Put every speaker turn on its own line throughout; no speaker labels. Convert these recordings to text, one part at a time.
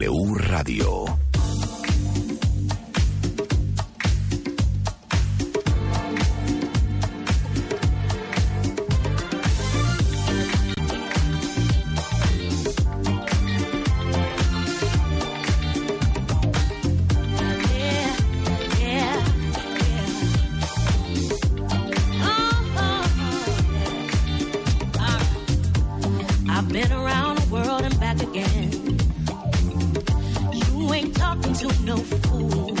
W Radio.
I've been around the world and back again. You ain't talking to no fool.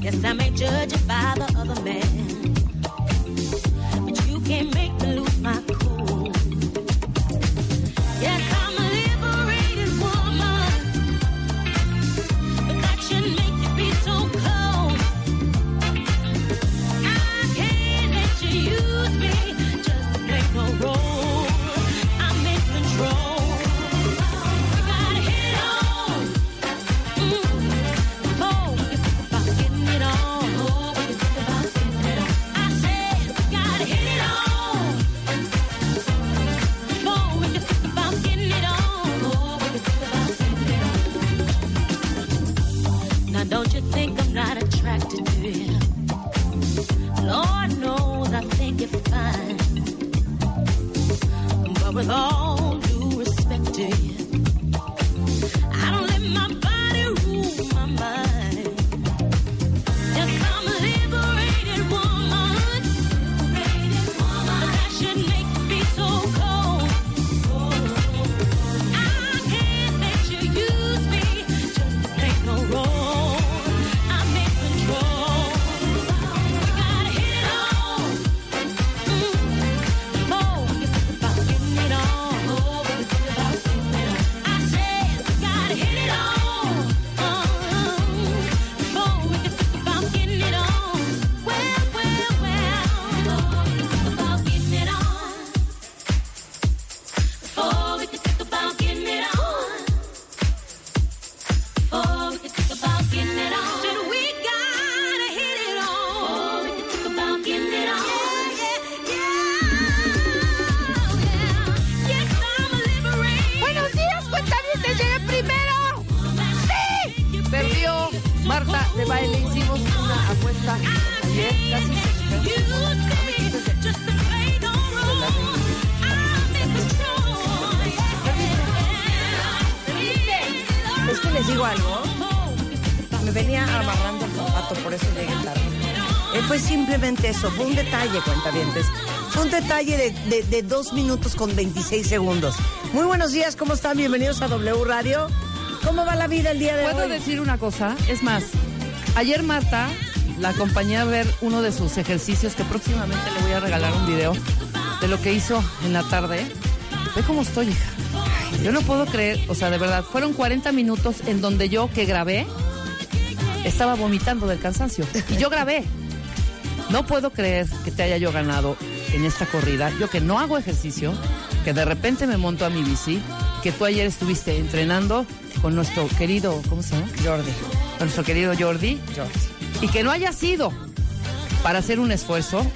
Guess I'm ain't judging by the other man. But you can't make me lose my cool. Yes, I'm a liberated woman. But that shouldn't make you be so cold. I can't let you use me just to play no role. I'm in control. We gotta hit on. Mm. Before we can think about getting it on. Before we can think about getting it on. I said we gotta hit Oh, it on. Before we can think about getting it on. Before we can think about getting it on. Now don't you think I'm not attracted to you? Lord knows I think you're fine. But with all due respect to you, I don't let my body rule my mind. Yes, I'm a liberated woman. But that should make you be so cold. I can't let you use me just to play no role. I'm in control. We gotta hit it on. Before we can think about getting it on. Before we can think about getting it on. I said we gotta hit it on. Before we can think about getting it on. Well, well, well. Before we can think about getting it on. Before we can think about getting it on. Before we can think about getting it on. Said we gotta hit it on. Before we can think about getting it on. Yeah, yeah, yeah. Yes, I'm a liberated
Buenos días, cuentavientes, llegué primero. ¡Sí! Perdió Marta de baile, hicimos una apuesta ayer, casi
woman.
se
You say just to play no role. I'm in control. Yeah,
Es que les digo algo, me venía amarrando el zapato, por eso llegué tarde. Eh, fue simplemente eso, fue un detalle, cuentavientes. Fue un detalle de, de, de dos minutos con 26 segundos. Muy buenos días, ¿cómo están? Bienvenidos a W Radio. ¿Cómo va la vida el día de
¿Puedo
hoy?
decir una cosa? Es más, ayer Marta la acompañé a ver uno de sus ejercicios que próximamente le voy a regalar un video de lo que hizo en la tarde. Ve cómo estoy, hija. Yo no puedo creer, o sea, de verdad, fueron 40 minutos en donde yo que grabé estaba vomitando del cansancio. Y yo grabé. No puedo creer que te haya yo ganado en esta corrida. Yo que no hago ejercicio, que de repente me monto a mi bici, que tú ayer estuviste entrenando con nuestro querido, ¿cómo se llama?
Jordi,
Con nuestro querido Jordi.
Jordi.
Y que no haya sido para hacer un esfuerzo.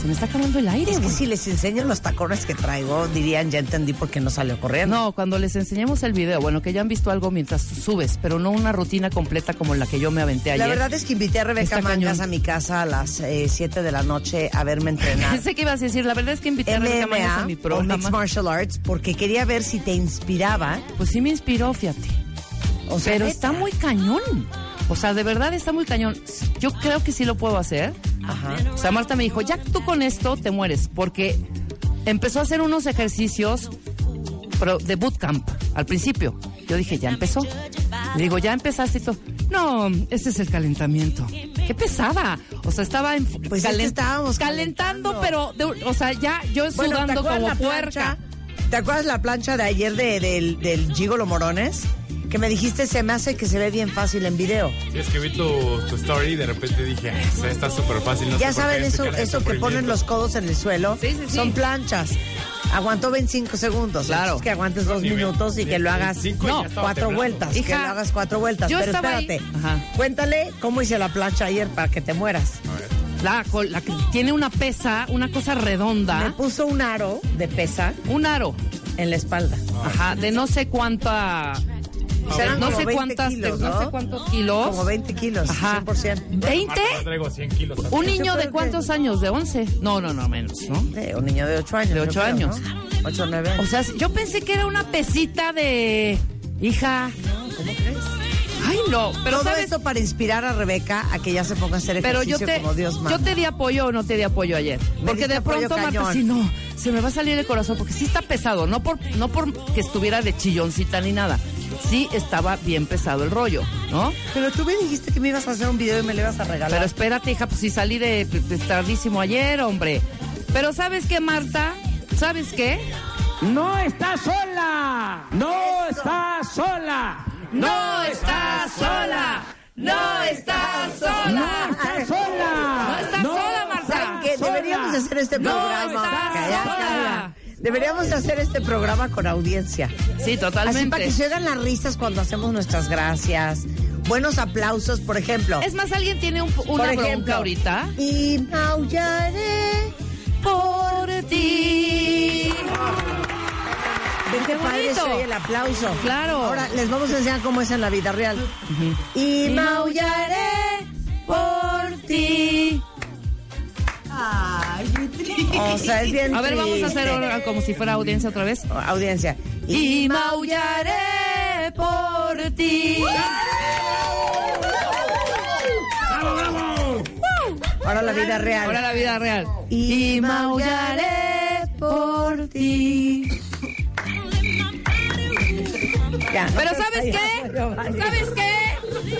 Se me está acabando el aire,
Es que
güey.
si les enseño los tacones que traigo, dirían, ya entendí por qué no salió corriendo.
No, cuando les enseñemos el video, bueno, que ya han visto algo mientras subes, pero no una rutina completa como la que yo me aventé ayer.
La verdad es que invité a
Está
Rebeca Mangas
cañón.
a mi casa a las 7 de la noche a verme entrenar.
Pensé que ibas a decir, la verdad es que invité a Rebeca Mangas
MMA
a mi
o
programa.
Mixed Martial Arts porque quería ver si te inspiraba.
Pues sí me inspiró, fíjate.
O sea,
pero
neta.
está muy cañón. O sea, de verdad está muy cañón. Yo creo que sí lo puedo hacer.
Ajá.
O sea, Marta me dijo, ya tú con esto te mueres, porque empezó a hacer unos ejercicios pro- de bootcamp al principio. Yo dije, ya empezó. Le digo, ya empezaste y todo. No, este es el calentamiento. Qué pesada. O sea, estaba en
Pues es que estábamos
calentando, pero, de- o sea, ya yo
Bueno, ¿te
sudando
acuerdas
como
la
puerca.
plancha? ¿Te acuerdas la plancha de ayer de- del, del Gigolo Morones? Que me dijiste, se me hace que se ve bien fácil en video.
Sí, es que vi tu, tu story y de repente dije, "Ay, o sea, está súper fácil. No
ya
sé por
saben
qué
eso,
este cara de
eso que ponen
sufrimiento".
los codos en el suelo,
Sí, sí, sí.
son planchas. Aguantó 25 segundos.
Claro.
Es que aguantes dos
Ni ve-
minutos y
ni-
que lo
ni
hagas
cinco y
no,
ya estaba
cuatro
temblando.
vueltas. que
Hija,
lo hagas cuatro vueltas.
yo
Pero
estaba ahí.
espérate.
Ajá.
Cuéntale cómo hice la plancha ayer para que te mueras.
A ver,
La, col- la que tiene una pesa, una cosa redonda.
Me puso un aro de pesa
un aro.
en la espalda.
Ah.
Ajá, de no sé cuánta.
Pues eran
no
como
sé
20
cuántas,
kilos,
no, sé
¿no?
cuántos kilos.
Como 20 kilos,
Ajá.
100%.
¿20?
Marta, no traigo 100 kilos.
Un
Yo
niño
creo
de
que-
cuántos años, de 11. No, no, no, menos, ¿no?
Eh, un niño de 8 años.
De
yo
ocho
creo,
años.
¿no? 8 o 9
O
años.
sea, yo pensé que era una pesita de hija.
¿Cómo crees?
Ay, no, pero
Todo
sabes,
esto para inspirar a Rebeca a que ya se ponga a hacer
pero
ejercicio
yo te
como Dios manda.
yo te di apoyo o no te di apoyo ayer,
Me
porque
diste
de
apoyo
pronto Marta
cañón.
sí no, se me va a salir el corazón porque sí está pesado, no por no por que estuviera de chilloncita ni nada. Sí estaba bien pesado el rollo, ¿no?
Pero tú me dijiste que me ibas a hacer un video y me lo ibas a regalar.
Pero espérate, hija, pues si salí de, de tardísimo ayer, hombre. Pero ¿sabes qué, Marta? ¿Sabes qué?
No está sola. No está sola.
No está sola. No está sola.
No está sola.
No está sola, Marta.
¿Saben qué?
sola.
Deberíamos hacer este
No
programa.
estás
Calla,
sola.
calla. Deberíamos hacer este programa con audiencia.
Sí,
Así para
totalmente.
que se oigan las risas cuando hacemos nuestras gracias. Buenos aplausos, por ejemplo.
Es más, alguien tiene un, una
por
bronca
ejemplo,
ahorita.
Y maullaré.
Por ti.
Ven qué padre se
bonito.
oye el aplauso.
Claro.
Ahora les vamos a enseñar cómo es en la vida real. Y maullaré por ti. Ay, qué triste. O sea, es bien
A ver, vamos a
triste.
hacer ahora como si fuera audiencia otra vez.
Audiencia.
Y maullaré por ti.
Ahora la vida real.
Ahora la vida real.
Y maullaré
por ti.
Ya, no
Pero
te
¿sabes
vayas,
qué?
Giovanni.
¿Sabes qué?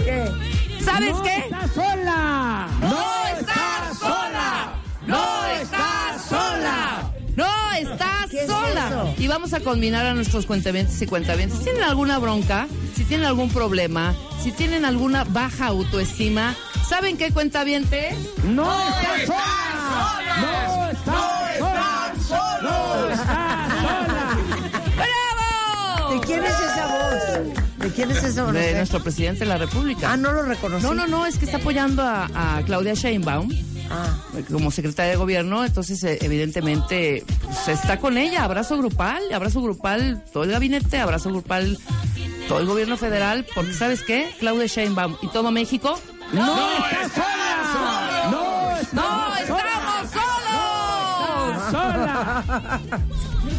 ¿Qué?
¿Sabes qué?
No está sola.
No estás sola. No estás sola. No estás
Ah, ¿Qué es
sola.
eso?
y vamos a combinar a nuestros cuentavientes y cuentavientes. Si tienen alguna bronca, si tienen algún problema, si tienen alguna baja autoestima, ¿saben qué cuentavientes?
No está sola. No está sola. No está sola.
¿De
¡Bravo!
quién es esa voz? ¿De quién es esa voz?
De nuestro presidente de la República.
Ah, no lo reconocí.
No, no, no, es que está apoyando a, a Claudia Sheinbaum
Ah.
eh, como secretaria de gobierno, entonces eh, evidentemente se está con ella, abrazo grupal, abrazo grupal todo el gabinete, abrazo grupal todo el gobierno federal, porque ¿sabes qué? Claudia Sheinbaum y todo México.
No está sola. No
¡No
está
estamos solos!
sola.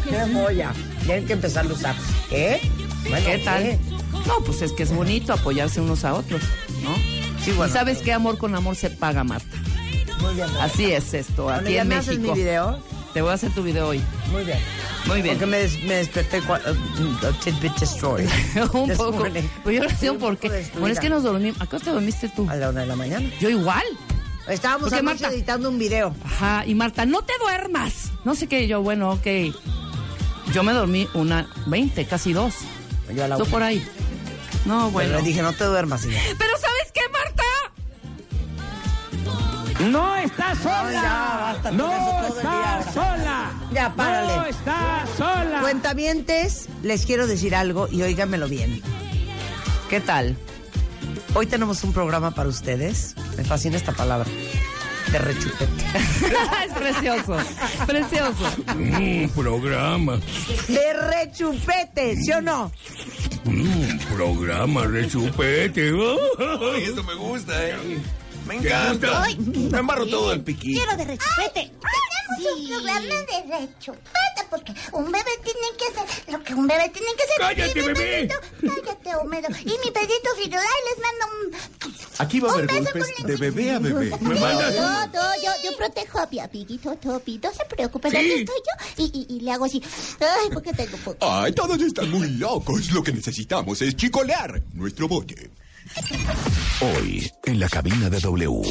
¡Qué joya! Tienen que empezar a usar. ¿Qué? Bueno,
¿Qué tal?
¿qué?
No, pues es que es bonito apoyarse unos a otros, ¿no?
Sí, bueno.
y sabes qué? amor con amor se paga, Marta.
Muy bien.
Así es esto,
Bueno,
aquí
¿ya
en
me haces
México.
mi video?
Te voy a hacer tu video hoy.
Muy bien.
Muy bien.
Porque me, des- me desperté cua- uh, uh, tidbit destroy.
un
This
poco.
morning.
Pero yo no sé
Un
por qué.
poco destruida.
Bueno, es que nos dormimos. ¿A qué hora te dormiste tú?
A la una de la mañana.
Yo igual.
Estábamos
Porque,
anoche
Marta-
editando un video.
Ajá. Y Marta, no te duermas. No sé qué. Yo, bueno, ok. Yo me dormí una 20, casi dos.
Yo a la
Tú
una.
por ahí. No,
Pero
bueno.
le dije, no te duermas, hija.
Pero ¿sabes qué, Marta?
No está
Ay, ya,
sola.
basta con eso
No
todo el día
está
ahora.
sola.
Ya, párale.
No está sola.
Cuentavientes, les quiero decir algo y óiganmelo bien.
¿Qué tal?
Hoy tenemos un programa para ustedes. Me fascina esta palabra. De rechupete.
es precioso. Precioso.
Un programa,
De rechupete, ¿sí o no?
un programa rechupete.
Ay, esto me gusta, ¿eh? Me encanta.
Ay.
me embarro todo el piquín.
Quiero de rechupete.
Tenemos un programa de rechupete porque un bebé tiene que hacer lo que un bebé tiene que hacer.
¡Cállate,
Y mi
bebé!
perrito- cállate, Homero. Y mi perrito Firulai les manda un.
Aquí va a
Un
haber
beso
golpes
con
de
lengua.
bebé a bebé. Me mandas
No, no, yo, yo protejo a mi amiguito Topi. No se preocupen, aquí estoy yo. Y, y, y le hago así. Ay, porque tengo poco.
Ay, todos están muy locos. Lo que necesitamos es chicolear nuestro bote.
Hoy, en la cabina de W,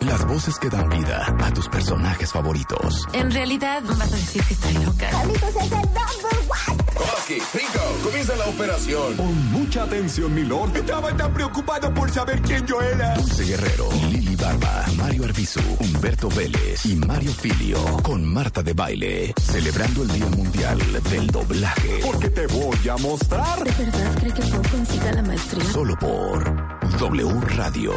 las voces que dan vida a tus personajes favoritos.
En realidad vas a decir que estoy loca.
Amigos, es el number one.
Ok, rico. Comienza la operación. Con mucha atención, mi lord. Estaba tan preocupado por saber quién yo era.
Dulce Guerrero, Lili Barba, Mario Arbizu, Humberto Vélez y Mario Filio con Marta de Baile, celebrando el Día Mundial del Doblaje.
Porque te voy a mostrar.
¿De verdad cree que Paul consiga la maestría?
Solo por W Radio.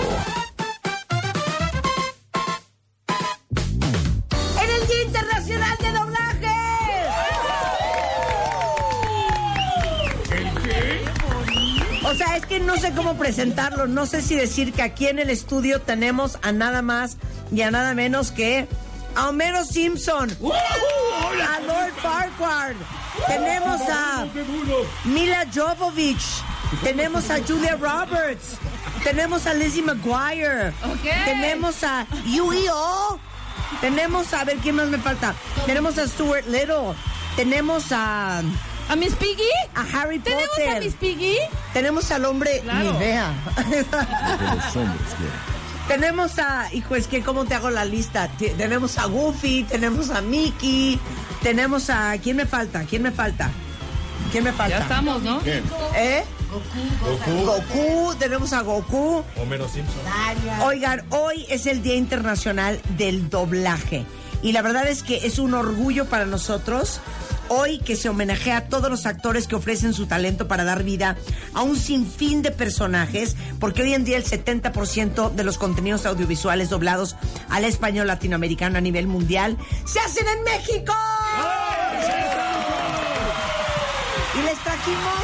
¡En el Día Internacional de Doblaje! O sea, es que no sé cómo presentarlo. No sé si decir que aquí en el estudio tenemos a nada más y a nada menos que a Homero Simpson, a Lord Farquhar, tenemos a Mila Jovovich, tenemos a Julia Roberts, tenemos a Lizzie McGuire,
Ok.
tenemos a Yu-Gi-Oh! Tenemos, a ver, ¿quién más me falta? Tenemos a Stuart Little, tenemos a,
¿A Miss Piggy?
a Harry
¿Tenemos
Potter.
a Miss Piggy?
Tenemos al hombre,
Claro.
ni idea. tenemos a, hijo, es que cómo te hago la lista. Te- tenemos a Goofy, tenemos a Mickey, tenemos a, ¿quién me falta? ¿Quién me falta? ¿Quién me falta?
Ya estamos, ¿no?
¿Eh?
Goku,
Goku, tenemos a Goku.
Homero Simpson.
Oigan, hoy es el Día Internacional del Doblaje. Y la verdad es que es un orgullo para nosotros hoy que se homenajea a todos los actores que ofrecen su talento para dar vida a un sinfín de personajes, porque hoy en día el 70% de los contenidos audiovisuales doblados al español latinoamericano a nivel mundial se hacen en México. Y les trajimos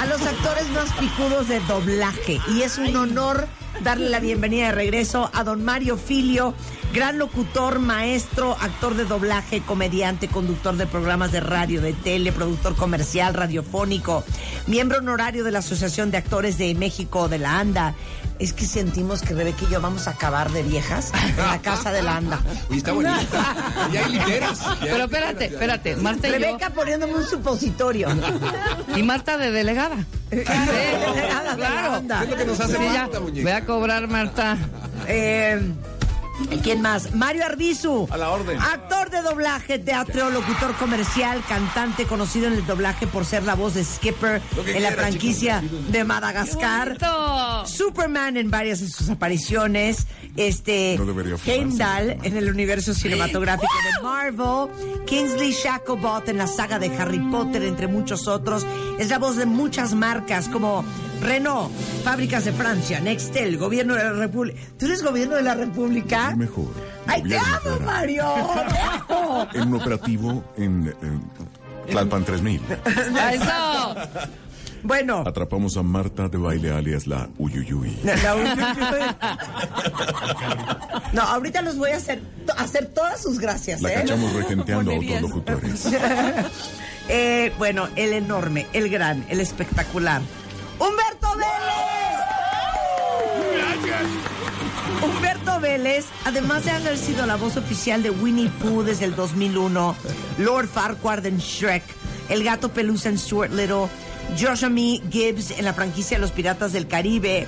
a los actores más picudos de doblaje. Y es un honor darle la bienvenida de regreso a don Mario Filio, gran locutor, maestro, actor de doblaje, comediante, conductor de programas de radio, de tele, productor comercial, radiofónico, miembro honorario de la Asociación de Actores de México de la ANDA. Es que sentimos que Rebeca y yo vamos a acabar de viejas en la casa de la ANDA.
Uy, está bonita. Ya hay literas. Ya hay
Pero
literas,
espérate,
ya.
espérate. Marta y yo.
Rebeca poniéndome un supositorio.
Y Marta de delegada. Sí,
delegada de la banda. Es lo
que nos hace Marta, muñeca.
Voy a cobrar, Marta.
Eh, ¿Quién más? Mario Arbizu.
A la orden.
Actor de doblaje, teatro, locutor comercial, cantante, conocido en el doblaje por ser la voz de Skipper
Lo que
en la
quiera,
franquicia de Madagascar. Superman en varias de sus apariciones, este
No debería fumarse.
Heimdall en el universo cinematográfico de Marvel, Kingsley Shacklebot en la saga de Harry Potter, entre muchos otros. Es la voz de muchas marcas como Renault, Fábricas de Francia, Nextel, Gobierno de la República. ¿Tú eres Gobierno de la República?
El mejor.
¡Ay, te
Gobierno
amo,
federal.
Mario! ¡Te amo!
En un operativo en, en Tlalpan 3000.
¡A eso!
Bueno,
Atrapamos a Marta de baile alias la Uyuyuy.
La última- No, ahorita los voy a hacer, hacer todas sus gracias,
La
¿eh?
cachamos regenteando a otros locutores.
Eh, bueno, el enorme, el gran, el espectacular. Humberto Vélez. Humberto Vélez, además de haber sido la voz oficial de Winnie Pooh desde el 2001, Lord Farquaad en Shrek, el gato pelusa en Stuart Little, Joshua Me Gibbs en la franquicia de Los Piratas del Caribe.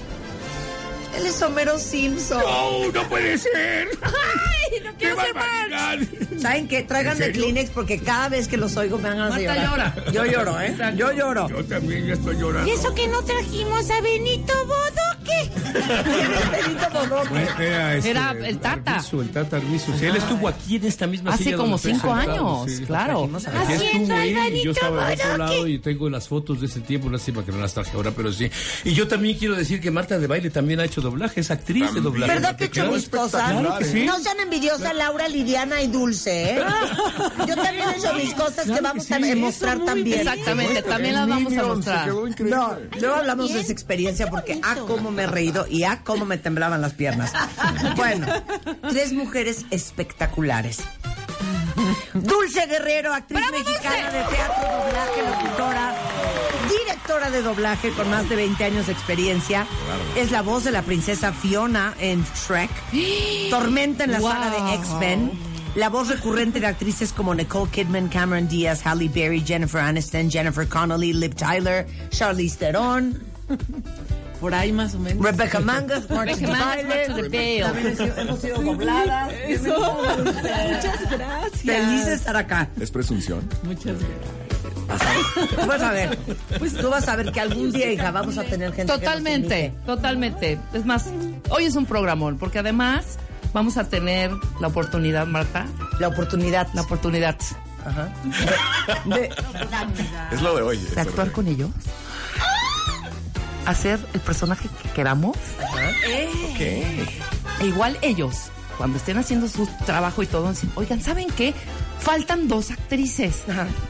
Él es Homero Simpson.
¡Oh, no puede ser!
¡Ay, no
¡Qué
quiero ser más!
barbaridad!
¿Saben qué? Tráiganme
¿En serio?
Kleenex porque cada vez que los oigo me van a
Marta
llorar.
llora.
Yo lloro, ¿eh? Yo lloro.
Yo también ya estoy llorando.
¿Y eso que no trajimos a Benito Bodoque?
¿Quién es Benito Bodoque?
Era, este,
Era el Tata.
Arvizu, el Tata Arvizu. Sí, él estuvo aquí en esta misma
Hace
silla
como
donde estoy
cinco
sentado,
años,
sí.
claro.
Aquí estuvo
al
él y yo
Benito
estaba del otro
Bodoque.
lado y tengo las fotos de ese tiempo, lástima que no las traje ahora, pero sí. Y yo también quiero decir que Marta de Baile también ha hecho doblaje, es actriz de doblaje.
¿Verdad que
Claro,
choviscosa?
Claro que sí.
No sean envidiosas, Laura, Lidiana y Dulce, ¿eh? Yo también he hecho mis cosas que vamos a eh, mostrar también.
Exactamente, también las vamos a mostrar.
No, luego hablamos de esa experiencia porque a cómo me he reído y a cómo me temblaban las piernas. Bueno, tres mujeres espectaculares. Dulce Guerrero, actriz mexicana de teatro, doblaje, locutora, directora de doblaje con más de 20 años de experiencia. Es la voz de la princesa Fiona en Shrek, Tormenta en la saga de
Wow.
X-Men. La voz recurrente de actrices como Nicole Kidman, Cameron Diaz, Halle Berry, Jennifer Aniston, Jennifer Connelly, Liv Tyler, Charlize Theron,
Por ahí más o menos.
Rebecca Mangas, Martin Tyler. Hemos sido dobladas.
Muchas gracias.
Feliz de estar acá.
¿Es presunción?
Muchas gracias.
Tú vas a ver. Pues Tú vas a ver que algún día, hija, vamos a tener gente. que nos
Totalmente,
imite.
totalmente. Es más, hoy es un programón, porque además vamos a tener la oportunidad, Marta,
La oportunidad.
la oportunidad
Ajá. De-
Es lo de hoy.
de actuar con ellos,
Ah.
hacer el personaje que queramos. E igual ellos, cuando estén haciendo su trabajo y todo, dicen, oigan, ¿saben qué? Faltan dos actrices,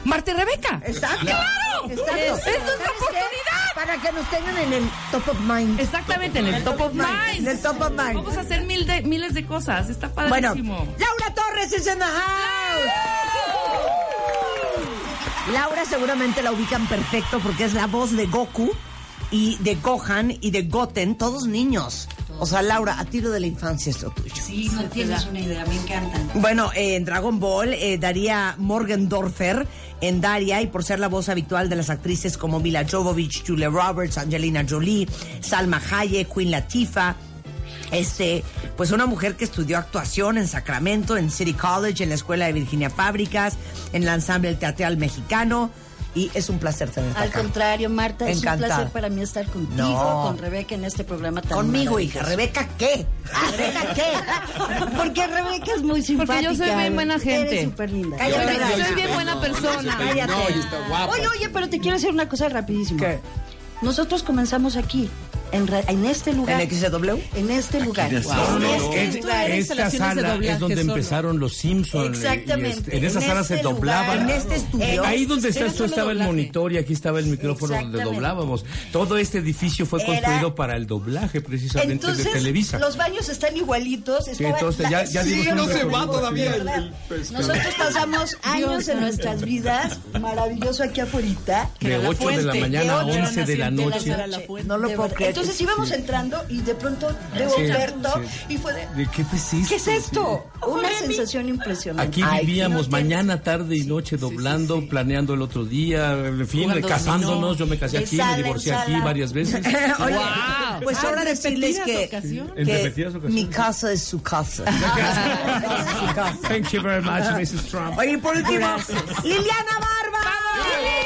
Marta y Rebeca.
Exacto.
¡Claro!
Exacto.
¡Esta es
¿Sabes
nuestra
qué?
oportunidad!
Para que nos tengan en el top of mind.
Exactamente, en el top of mind.
En el top of mind.
Vamos a hacer mil de- miles de cosas. Está
Bueno,
padrísimo.
Laura Torres es en la house. Laura seguramente la ubican perfecto porque es la voz de Goku y de Gohan y de Goten, todos niños. O sea, Laura, a tiro de la infancia es lo tuyo.
Sí, no tienes una idea, me encantan.
Bueno, eh, en Dragon Ball, eh, Daría Morgendorfer en Daria, y por ser la voz habitual de las actrices como Mila Jovovich, Julia Roberts, Angelina Jolie, Salma Hayek, Queen Latifah. Este, pues una mujer que estudió actuación en Sacramento, en City College, en la Escuela de Virginia Fábricas, en el Ensamble Teatral Mexicano, y es un placer tenerte
Al
acá.
contrario, Marta, es
Encantada.
un placer para mí estar contigo,
No.
con Rebeca en este programa tan
Conmigo,
maravilloso.
hija. ¿Rebeca qué? ¿Rebeca qué?
Porque Rebeca es muy simpática.
Porque yo soy bien buena gente.
Eres súper linda.
Cállate, Yo soy- Rebeca. soy bien buena No, persona. no,
Cállate.
no, y está guapa.
Oye, oye, pero te quiero decir una cosa rapidísimo. Nosotros comenzamos aquí, en, ra- en este lugar.
¿En XW?
En este lugar.
Wow. Esta- Esta sala es donde empezaron los Simpsons.
Exactamente.
En esa
En
sala
este
se
lugar,
doblaban.
en este estudio.
Ahí donde
Era
estás tú
solo
estaba el
doblaje.
monitor y aquí estaba el micrófono donde
Exactamente.
doblábamos. Todo este edificio fue
Era-
construido para el doblaje precisamente
Entonces,
de Televisa.
los baños están igualitos.
Sí,
estaba
entonces ya- ya
Sí,
dimos un
no se
recorrido.
va todavía el- el- Nosotros pasamos años
Dios.
de nuestras vidas, maravilloso aquí afuera.
De
Era la
ocho de la
fuente,
mañana a
ocho
once de la
de
noche.
No lo puedo creer. Entonces íbamos entrando y de pronto veo
Sí,
Humberto
sí.
y fue de...
¿De qué pues, sí,
¿Qué es esto? Una
Remy.
sensación impresionante.
Aquí
Ay,
vivíamos
no tiene-
mañana, tarde y noche doblando, planeando el otro día, en fin,
Jugando dominó.
casándonos. Yo me casé
De
aquí,
sala
me
en
divorcié aquí
sala.
varias veces.
Oye,
Wow.
pues
Ah,
ahora
en
decirles
repetidas
que,
ocasiones.
En repetidas
que
ocasiones.
mi casa es su casa.
Thank you very much, Mrs. Trump.
Oye, y por último, Liliana Barba. Liliana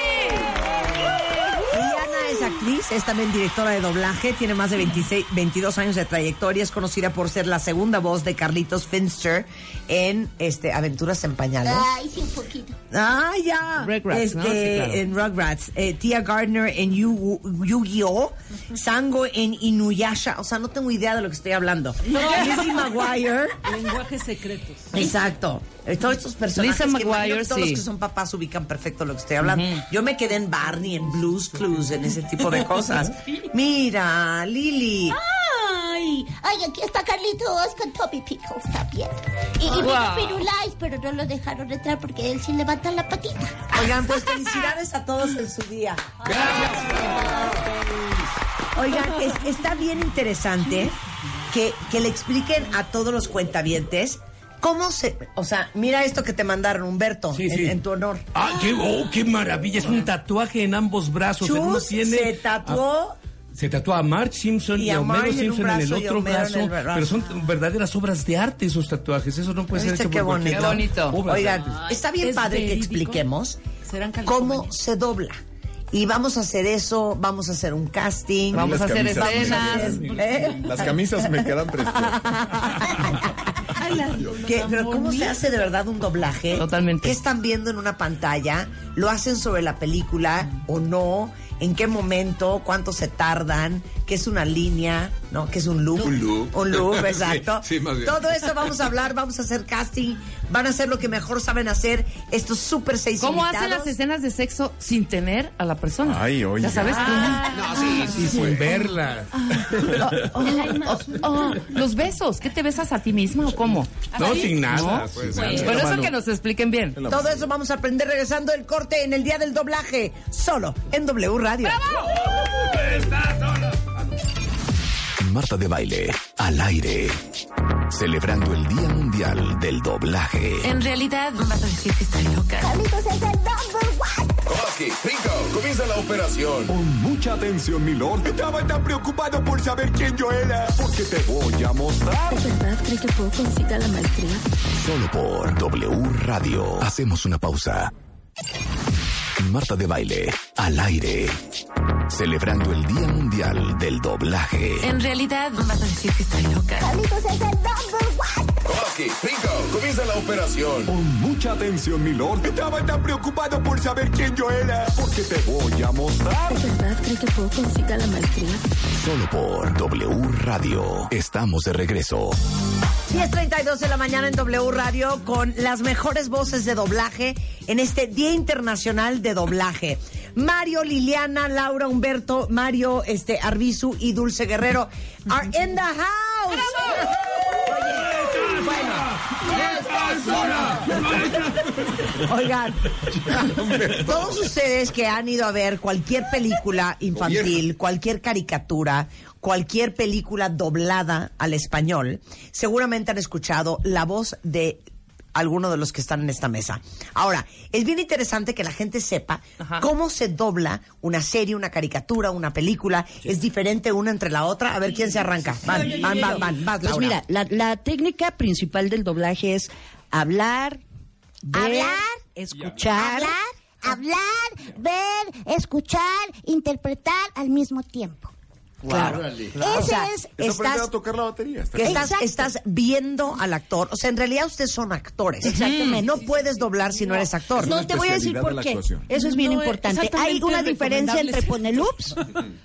es actriz, es también directora de doblaje, tiene más de 26, 22 años de trayectoria, es conocida por ser la segunda voz de Carlitos Finster en este Aventuras en Pañales.
Ay, sí, pues. un poquito.
Ah, ya.
Rugrats,
este,
¿no? Sí, claro.
En Rugrats. Eh, Tia Gardner en Yu- Yu-Gi-Oh! Sango en Inuyasha. O sea, no tengo idea de lo que estoy hablando. Lizzie McGuire.
Lenguajes secretos.
Exacto. Eh, Todos estos personajes
Lizzie
que imagino
McGuire,
que todos los
sí.
que son papás ubican perfecto lo que estoy hablando. Yo me quedé en Barney, en Blues Clues, en ese
Este
tipo de cosas. Mira, Lili.
Ay, ay, aquí está Carlitos con Toby Pickles también. Y, y vino
Wow.
Firulais, pero no lo dejaron entrar porque él sí levanta la patita.
Oigan, pues felicidades a todos en su día. Oigan, es- está bien interesante que, que le expliquen a todos los cuentavientes cómo se... O sea, mira esto que te mandaron, Humberto,
Sí,
en,
sí.
en tu honor.
Ah, qué, oh, qué maravilla. Es un tatuaje en ambos brazos. En uno
Chus
tiene
se tatuó...
Se tatúa a Marge Simpson
Y
y,
a
a Homero
Marge en un
Simpson en el
brazo y
otro
Homero en el
brazo,
brazo. Ah.
pero son verdaderas obras de arte esos tatuajes. Eso no puede ser
¿Viste
hecho
qué
por cualquier-
bonito?
Qué bonito.
Obras de
Oigan,
arte.
está bien
¿es
padre que
verídico?
expliquemos
Serán
cómo
californianos.
se dobla. Y vamos a hacer eso, vamos a hacer un casting.
Vamos a
Las
hacer
camisas me
escenas.
quedan-
¿Eh?
Las camisas me quedan preciosas.
¿Qué? pero ¿cómo se hace de verdad un doblaje?
Totalmente.
¿Qué están viendo en una pantalla? ¿Lo hacen sobre la película o no? ¿En qué momento? ¿Cuánto se tardan? ¿Qué es una línea? ¿No? ¿Qué es un loop?
Un loop.
Un loop, exacto.
Sí, sí, más bien.
Todo eso vamos a hablar, vamos a hacer casting, van a hacer lo que mejor saben hacer estos super seis
¿Cómo hacen
invitados.
las escenas de sexo sin tener a la persona?
Ay, oye.
Ya sabes cómo.
Ah.
Ah,
Y sin verla.
Oh, oh, oh, los besos, ¿qué te besas a ti misma o cómo?
No,
¿Sí?
sin nada.
¿No?
pues, nada.
Pero eso que nos expliquen bien.
Todo eso vamos a aprender regresando el corte en el día del doblaje, solo en W Radio.
Marta de Baile, al aire. Celebrando el Día Mundial del Doblaje.
En realidad, vas a decir que estoy loca.
Carlitos es el number one.
Koski, Rico, comienza la operación. Con mucha atención, mi lord. Estaba tan preocupado por saber quién yo era. Porque te voy a mostrar.
¿De verdad cree que puedo conseguir la maestría?
Solo por W Radio. Hacemos una pausa. Marta de Baile, al aire. Celebrando el Día Mundial del Doblaje.
En realidad, vas a decir que estoy loca.
Carlitos es el number one.
Koski, Rico, comienza la operación. Con mucha atención, mi lord. Estaba tan preocupado por saber quién yo era. Porque te voy a mostrar.
¿De verdad cree que puedo conseguir la maestría?
Solo por W Radio. Estamos de regreso.
10.32 de la mañana en W Radio con las mejores voces de doblaje en este Día Internacional de Doblaje. Mario, Liliana, Laura, Humberto, Mario, este, Arbizu y Dulce Guerrero are in the house. Oye, bueno, Oigan, todos ustedes que han ido a ver cualquier película infantil, cualquier caricatura, cualquier película doblada al español, seguramente han escuchado la voz de alguno de los que están en esta mesa. Ahora, es bien interesante que la gente sepa cómo se dobla una serie, una caricatura, una película. Es diferente una entre la otra. A ver quién se arranca. Van,
Yo, yo,
van,
yo,
van,
yo.
van, vas,
Pues
Laura.
mira, la, la técnica principal del doblaje es hablar, ver,
Hablar,
escuchar.
Hablar, hablar, ver, escuchar, interpretar al mismo tiempo.
Claro.
Ese
O sea,
es-
estás-
aprender a tocar la batería.
que estás, estás viendo al actor. O sea, en realidad ustedes son actores. Exactamente. No puedes doblar si no eres actor.
No, te voy a decir por qué. Eso es bien
No,
importante. Hay
exactamente,
una
es
diferencia
recomendable
entre
ser
poneloops,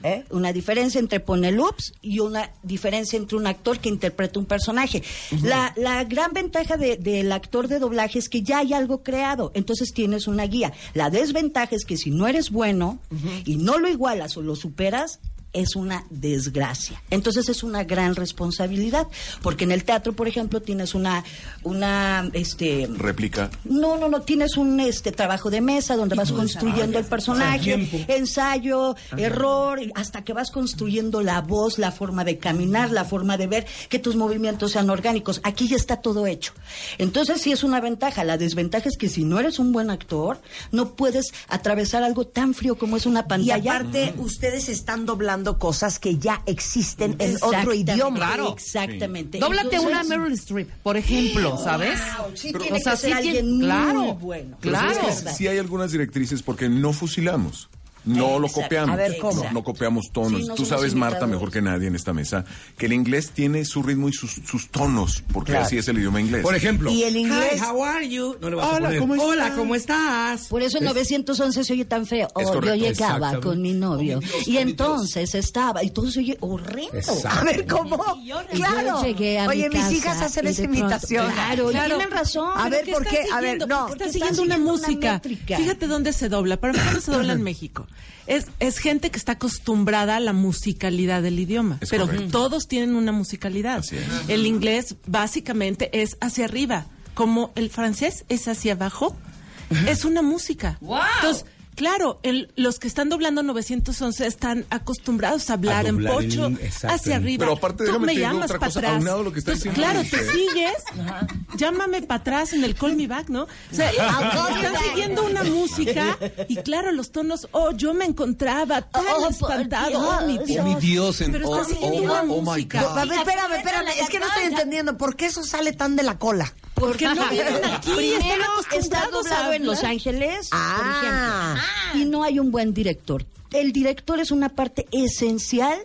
¿Eh?
una diferencia entre poneloops y una diferencia entre un actor que interpreta un personaje. la, la gran ventaja de- del actor de doblaje es que ya hay algo creado, entonces tienes una guía. La desventaja es que si no eres bueno y no lo igualas o lo superas, es una desgracia. Entonces es una gran responsabilidad, porque en el teatro, por ejemplo, tienes una una este
Réplica.
no, no, no, tienes un este trabajo de mesa donde vas construyendo el personaje, ensayo, error, y hasta que vas construyendo la voz, la forma de caminar, la forma de ver, que tus movimientos sean orgánicos. Aquí ya está todo hecho. Entonces sí es una ventaja. La desventaja es que si no eres un buen actor, no puedes atravesar algo tan frío como es una
Y
pantalla. Mm.
aparte, ustedes están doblando cosas que ya existen en otro
Exactamente,
idioma.
Claro. exactamente.
Dóblate
Entonces-
una Meryl Streep, por ejemplo, ¿sabes?
Wow, sí
Pero-
tiene que ser
tiene-
alguien muy
claro,
bueno.
Pero ¿sabes
Claro.
qué? sí hay algunas directrices porque no fusilamos. No lo
Exacto.
copiamos.
A ver, ¿cómo?
No, no copiamos tonos.
Sí, no
Tú
somos
sabes, Marta,
imitadores.
mejor que nadie en esta mesa, que el inglés tiene su ritmo y sus, sus tonos, porque
Claro.
así es el idioma inglés.
Por ejemplo.
Y el inglés.
how are you? No le vas a poner.
Hola, ¿cómo estás?
Por eso el 911 se oye tan feo.
Es
Oh, yo
correcto,
llegaba
exactamente.
con mi novio.
Oh, mi Dios,
y
oh, mi
entonces estaba. Y todo se oye horrendo.
Exacto.
A ver, ¿cómo?
Y
Claro.
Yo llegué a
Oye,
mi
mis
casa
hijas hacen
y de
esa
pronto-
imitación.
Claro, y tienen razón.
A ver, ¿por qué? A ver, no.
Está siguiendo una música.
métrica.
Fíjate dónde se dobla. Para mí, ¿cómo se dobla en México? Es, es gente que está acostumbrada a la musicalidad del idioma.
Es
pero
correcto.
todos tienen una musicalidad.
Así es.
El inglés, básicamente, es hacia arriba. Como el francés es hacia abajo, es una música. Entonces, claro, el- los que están doblando 911 están acostumbrados a hablar en
doblar en
pocho,
in- exacto,
hacia
en-
arriba.
Pero aparte,
Tú
déjame
me
te digo
llamas
otra
para
cosa,
atrás.
aunado a lo que está
Entonces,
diciendo
claro, tú
Dulce.
sigues, llámame para atrás en el call me back, ¿no? O sea, están siguiendo una música y claro, los tonos, oh, yo me encontraba tan
Oh, por
espantado,
Dios.
oh, mi Dios.
Oh, mi Dios, en-
Pero
oh,
están siguiendo
oh,
una
oh, my
música.
God.
A ver, espérame, espérame. Es que no estoy entendiendo. ¿Por qué eso sale tan de la cola?
Porque no viven aquí, están
Primero está
acostumbrados a
doblado en
hablar.
Los Ángeles,
Ah.
por ejemplo, y no hay un buen director. El director es una parte esencial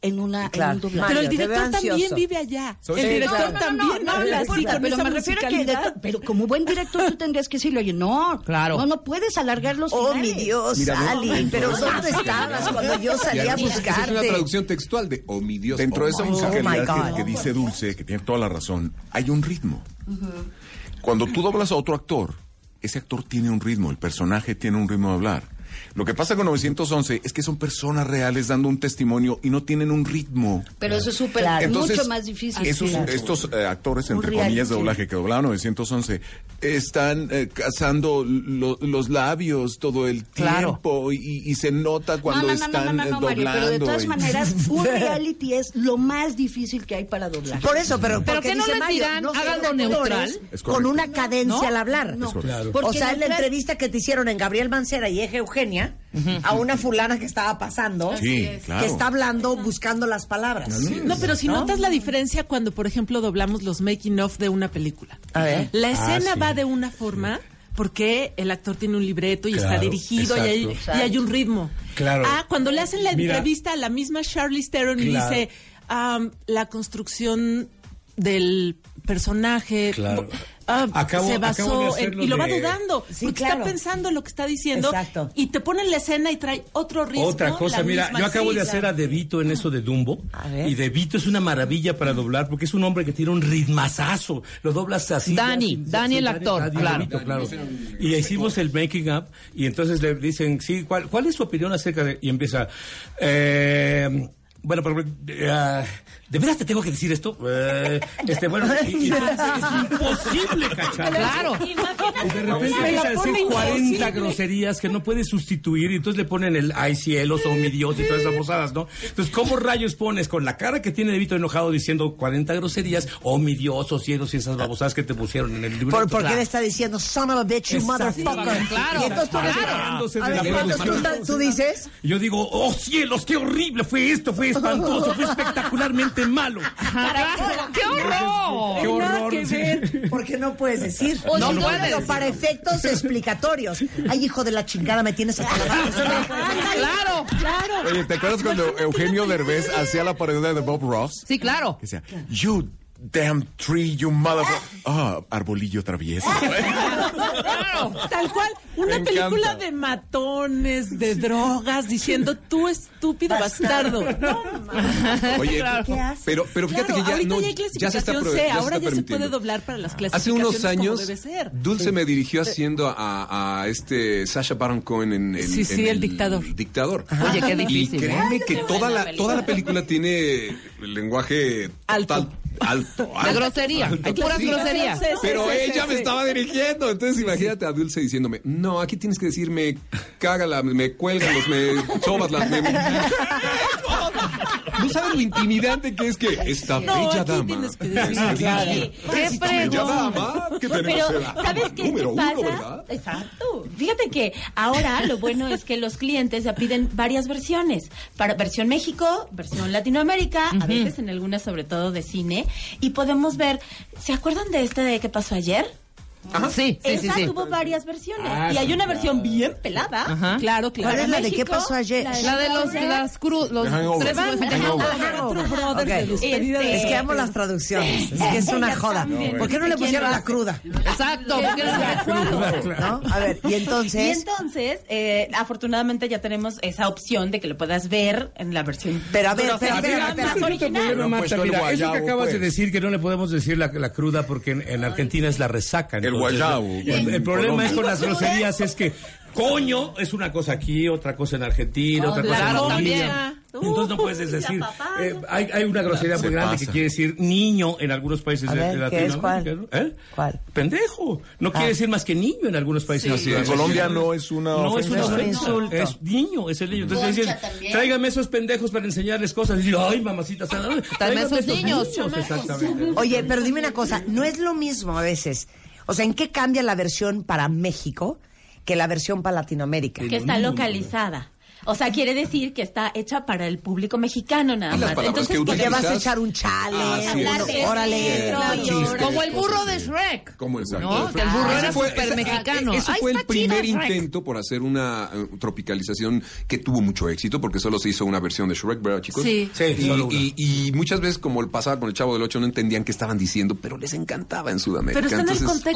en una en
Claro.
un doblaje.
Pero el
Mario, te
director
veo
también
ansioso.
vive allá.
Soy
El
sí,
director
claro.
No, no, no,
también
no, no
habla así
importa,
con
pero
esa
me refiero a que el
musicalidad.
director- pero como buen director tú tendrías que decirle, oye, no,
Claro.
no, no puedes alargar los
Oh,
finales.
mi Dios,
Mira, no,
Ali,
no,
pero
no,
¿dónde
no,
estabas
no,
cuando yo
Y
salí a
además, esa Es una
buscarte?
traducción textual de oh mi Dios.
Dentro
oh,
de esa
my God.
Oh,
musicalidad
my
que,
God.
que dice Dulce, que tiene toda la razón, hay un ritmo. Cuando tú doblas a otro actor, ese actor tiene un ritmo, el personaje tiene un ritmo de hablar. Lo que pasa con 911 es que son personas reales dando un testimonio y no tienen un ritmo.
Pero eso es súper,
Entonces,
mucho más difícil.
esos-
Claro.
estos eh, actores,
Un
entre
reality.
comillas, de doblaje que doblaban 911, están eh, cazando lo- los labios todo el
Claro.
tiempo y, y se nota
no,
cuando
no, no,
están
no, no, no,
eh,
Mario,
doblando.
pero de todas
y-
maneras, un reality es lo más difícil que hay para doblar.
Por eso, pero
¿Pero
porque
qué no
dice
les
Mario,
dirán,
no son
hagan algo
actores
neutral?
Es
Con
correcto.
una cadencia al hablar.
No,
correcto.
o sea, en la
neutral-
entrevista que te hicieron en Gabriel Mancera y Eje Eugenia, a una fulana que estaba pasando,
Sí, claro.
que está hablando buscando las palabras.
No, pero si notas la diferencia cuando, por ejemplo, doblamos los making of de una película.
A ver.
La escena
Ah, sí.
va de una forma porque el actor tiene un libreto y está
Claro,
dirigido y hay,
exacto.
y hay un ritmo.
Claro.
Ah, cuando le hacen la
Mira.
entrevista a la misma Charlize Theron y
Claro.
dice am, la construcción del personaje.
Claro.
ah,
Acabo-
se
acabo de
basó
hacerlo
en- y lo va
de-
dudando,
Sí,
porque
claro.
está pensando lo que está diciendo
Exacto.
y te pone en la escena y trae otro ritmo.
Otra cosa,
la
mira,
misma-
yo acabo
sí,
de
claro.
hacer a Debito en eso de Dumbo. Y Debito es una maravilla para doblar porque es un hombre que tiene un ritmazazo. Lo doblas así.
Dani,
ya, sin-
Dani el
sin-
actor,
Dani
claro.
Debito, claro. Y hicimos el making up y entonces le dicen, sí, ¿cuál, cuál es su opinión acerca de...? Y empieza... eh, bueno, pero, eh, ah, ¿de veras te tengo que decir esto? Eh, este, bueno, y- y- es imposible, cachar.
Claro.
Y de repente
Me la
empieza a decir
pone
40
imposible.
groserías que no puede sustituir y entonces le ponen el ay cielos o mi Dios y todas esas bosadas, ¿no? Entonces, ¿cómo rayos pones con la cara que tiene Debito enojado diciendo 40 groserías o mi Dios o cielos y esas babosadas que te pusieron en el libro?
Por, porque él está diciendo, son of a bitch, you
Exacto.
motherfucker.
Claro.
Y entonces tú, eres-
Claro.
A ver,
De la
entonces tú,
producción.
tú dices,
Y Yo digo, oh cielos, qué horrible fue esto, fue espantoso, fue espectacularmente malo.
¡Qué horror!
¡Qué horror!
que
sí.
ver, porque no puedes decir.
O No
no
si no, puedes.
pero para efectos explicatorios. Ay, hijo de la chingada, me tienes hasta la
Claro, claro.
Oye, ¿te acuerdas cuando Eugenio Derbez hacía la parodia de Bob Ross?
Sí, claro.
Que sea, you damn tree, you motherfucker. Ah, arbolillo travieso.
Ah, Tal cual, una
Me
película
encanta.
de matones, de drogas, diciendo tú estúpido bastardo. No, ma.
Oye,
Claro.
pero, pero fíjate
Claro,
que ya,
ahorita
no,
ya hay
ya se está
clasificación
pro-
C,
ya se
ahora
está
ya se puede
permitiendo.
doblar para las
Hace
clasificaciones
unos años,
como debe ser. Eh,
Dulce me dirigió haciendo a, a este Sasha Baron Cohen en el,
Sí, sí,
en
el dictador.
dictador.
Ajá. Oye, qué
Y
difícil, ¿eh?
créeme
Ay,
que
qué
toda
buena
la, toda la película tiene el lenguaje
Alto.
total- alto, alto.
De grosería. Hay
alto,
puras
sí.
groserías.
Pero
Sí, sí, sí,
ella
sí.
me estaba dirigiendo. Entonces imagínate a Dulce diciéndome, no, aquí tienes que decirme, cágala, me cuelgan, los, me sobas las... me- No sabes lo intimidante que es que esta
No,
bella
aquí
dama.
tienes que decir,
esta
claro.
bella-
Qué
esta bella
fregón.
dama que tenemos
Pero,
en la
¿sabes qué te
número uno,
pasa?
¿verdad?
Exacto. Fíjate que ahora lo bueno es que los clientes ya piden varias versiones. Para versión México, versión Latinoamérica, a veces en algunas sobre todo de cine. Y podemos ver, ¿se acuerdan de este de qué pasó ayer?
Ajá. Sí, sí, sí,
Esa
sí.
tuvo varias versiones.
Ah,
y hay
sí,
una versión bien pelada.
Ajá.
Claro, claro.
¿Cuál es la de
México,
qué pasó ayer?
La de,
La de los- las cru- los Hangover. tres huesos. Hangover.
True Brothers
Ok.
de despedida de-
Es que amo las traducciones. Es que es una joda. ¿Por qué no le pusieron la cruda?
Exacto, porque era la cruda.
¿No? A ver, y
Y
entonces.
entonces, eh, afortunadamente ya tenemos esa opción de que lo puedas ver en la versión.
Pero a ver,
grosera,
espera, espera, espera.
más
Pero no te
original.
Pero,
No,
Marta,
pues, todo el
mira, eso que
guayabo,
acabas de
pues.
decir que no le podemos decir la, la cruda porque en, en Argentina es la resaca. entonces,
guayabo,
El,
en
el problema
Colombia.
es con las groserías es que coño es una cosa aquí, otra cosa en
Oh,
Argentina, otra cosa en
Claro,
Colombia.
también.
Entonces no
Uh,
puedes decir, eh, hay, hay una grosería
Se
muy grande
pasa.
que quiere decir niño en algunos países
A
de,
ver,
de
¿qué es Ah.
Latinoamérica. ¿no? ¿Eh?
¿cuál?
Pendejo. No quiere decir más que niño en algunos países.
Sí.
de
Sí, en
Latinoamérica.
Colombia no es una
No es una
ofensa.
ofensa.
Es un insulto.
Es niño, es el niño. Entonces
Concha
dicen,
también.
tráigame esos pendejos para enseñarles cosas. Y dicen, ay, mamacita, sana".
También
Tráigame
esos
esos
niños, chamacos.
Exactamente.
Oye, pero dime una cosa, no es lo mismo a veces. O sea, ¿en qué cambia la versión para México que la versión para Latinoamérica?
Que está localizada. O sea, quiere decir que está hecha para el público mexicano nada
Y las
más.
palabras
Entonces, pues,
que
porque
utilizas- Ah, vas a echar un chale,
Así
uno,
es.
órale.
Claro.
Chiste.
Como el burro de Shrek.
¿Cómo es?
No, que el burro
Ese
era
fue-
súper
ese-
mexicano.
Eso
Ay,
fue el
está chido,
primer
Shrek.
intento por hacer una eh, tropicalización que tuvo mucho éxito porque solo se hizo una versión de Shrek, ¿verdad, chicos?
Sí. Sí,
y,
solo una.
y- y muchas veces, como el pasaba con el Chavo del Ocho, no entendían qué estaban diciendo, pero les encantaba en Sudamérica. Entonces,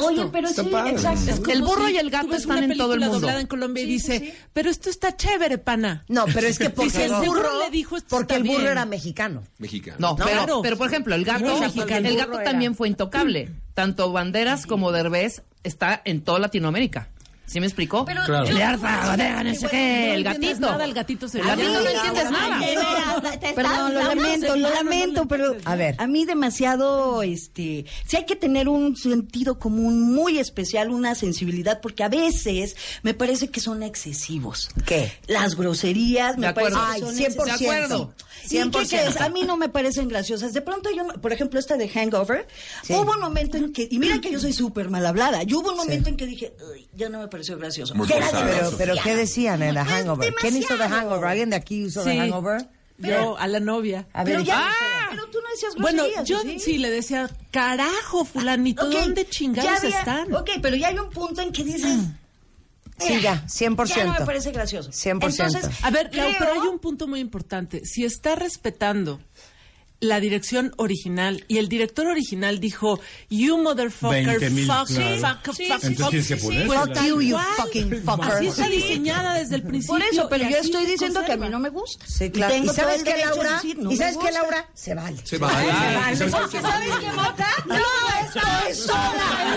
Oye, pero
está
sí,
padre.
exacto. Es
como
El burro
si
y el gato
tú ves
están
una
en todo el
película
mundo.
doblada en Colombia y dice, pero esto está chévere, pana.
No, pero es que porque
Dice,
el
"Seguro
burro-
le dijo esto
porque
está
el burro
bien".
era mexicano.
Mexicano.
No,
No,
pero,
claro.
pero por ejemplo, el gato,
Muy mexicano.
el
Burro
gato
era.
también fue intocable. Tanto Banderas como Derbez está en toda Latinoamérica. ¿Sí me explicó?
Pero Claro. yo-
Lerda, Banderas, no sé qué,
No
el
entiendes
gatito.
nada, el gatito se
El
llama.
gatito no entiendes nada.
Perdón, lo lamento, lo lamento, pero a ver, a mí demasiado, este, sí hay que tener un sentido común muy especial, una sensibilidad, porque a veces me parece que son excesivos.
¿Qué?
Las groserías, me
De acuerdo.
parece que son
Ay, 100%.
excesivas.
De acuerdo.
¿Y qué
100%.
crees? A mí no me parecen graciosas. De pronto yo, no- por ejemplo, esta de Hangover, hubo un momento en que, y mira que yo soy súper mal hablada, yo hubo un momento en que dije,
Pues
"Ay, ya no me pareció gracioso.
¿Qué era de- pero, pero ¿qué decían en The Hangover? ¿Quién hizo The Hangover? ¿Alguien de aquí hizo The
Sí.
Hangover?
Yo, a la novia.
A ver, Pero ya-
¡Ah!
Pero tú no decías
Bueno,
groserías,
yo
¿o sí?
sí? le decía, carajo, fulanito,
Ok,
¿dónde
ya
chingados
había-
están?
Ok, pero ya hay un punto en que dices...
Sí, ya, 100%.
Ya no me parece gracioso.
100%.
Entonces, a ver, Lau,
creo-
pero hay un punto muy importante. Si está respetando la dirección original y el director original dijo, you motherfucker,
20,000,
fuck,
claro.
fuck,
Sí,
fuck,
sí,
fuck.
sí, sí, sí, sí.
Pues
Fuck
tal
you, you
cual.
fucking fucker.
Así está
Sí.
diseñada desde el principio.
Por eso, pero
y
yo
así
estoy
se
diciendo que a
conserva.
mí no me gusta.
Sí,
Y, tengo todo
sabes
el
qué,
derecho de
Laura?
decir, no me
¿Y sabes qué,
gusta.
Laura? Se vale.
Se vale.
Se vale.
Se vale.
Porque ¿sabes qué, Marta? No estoy sola. No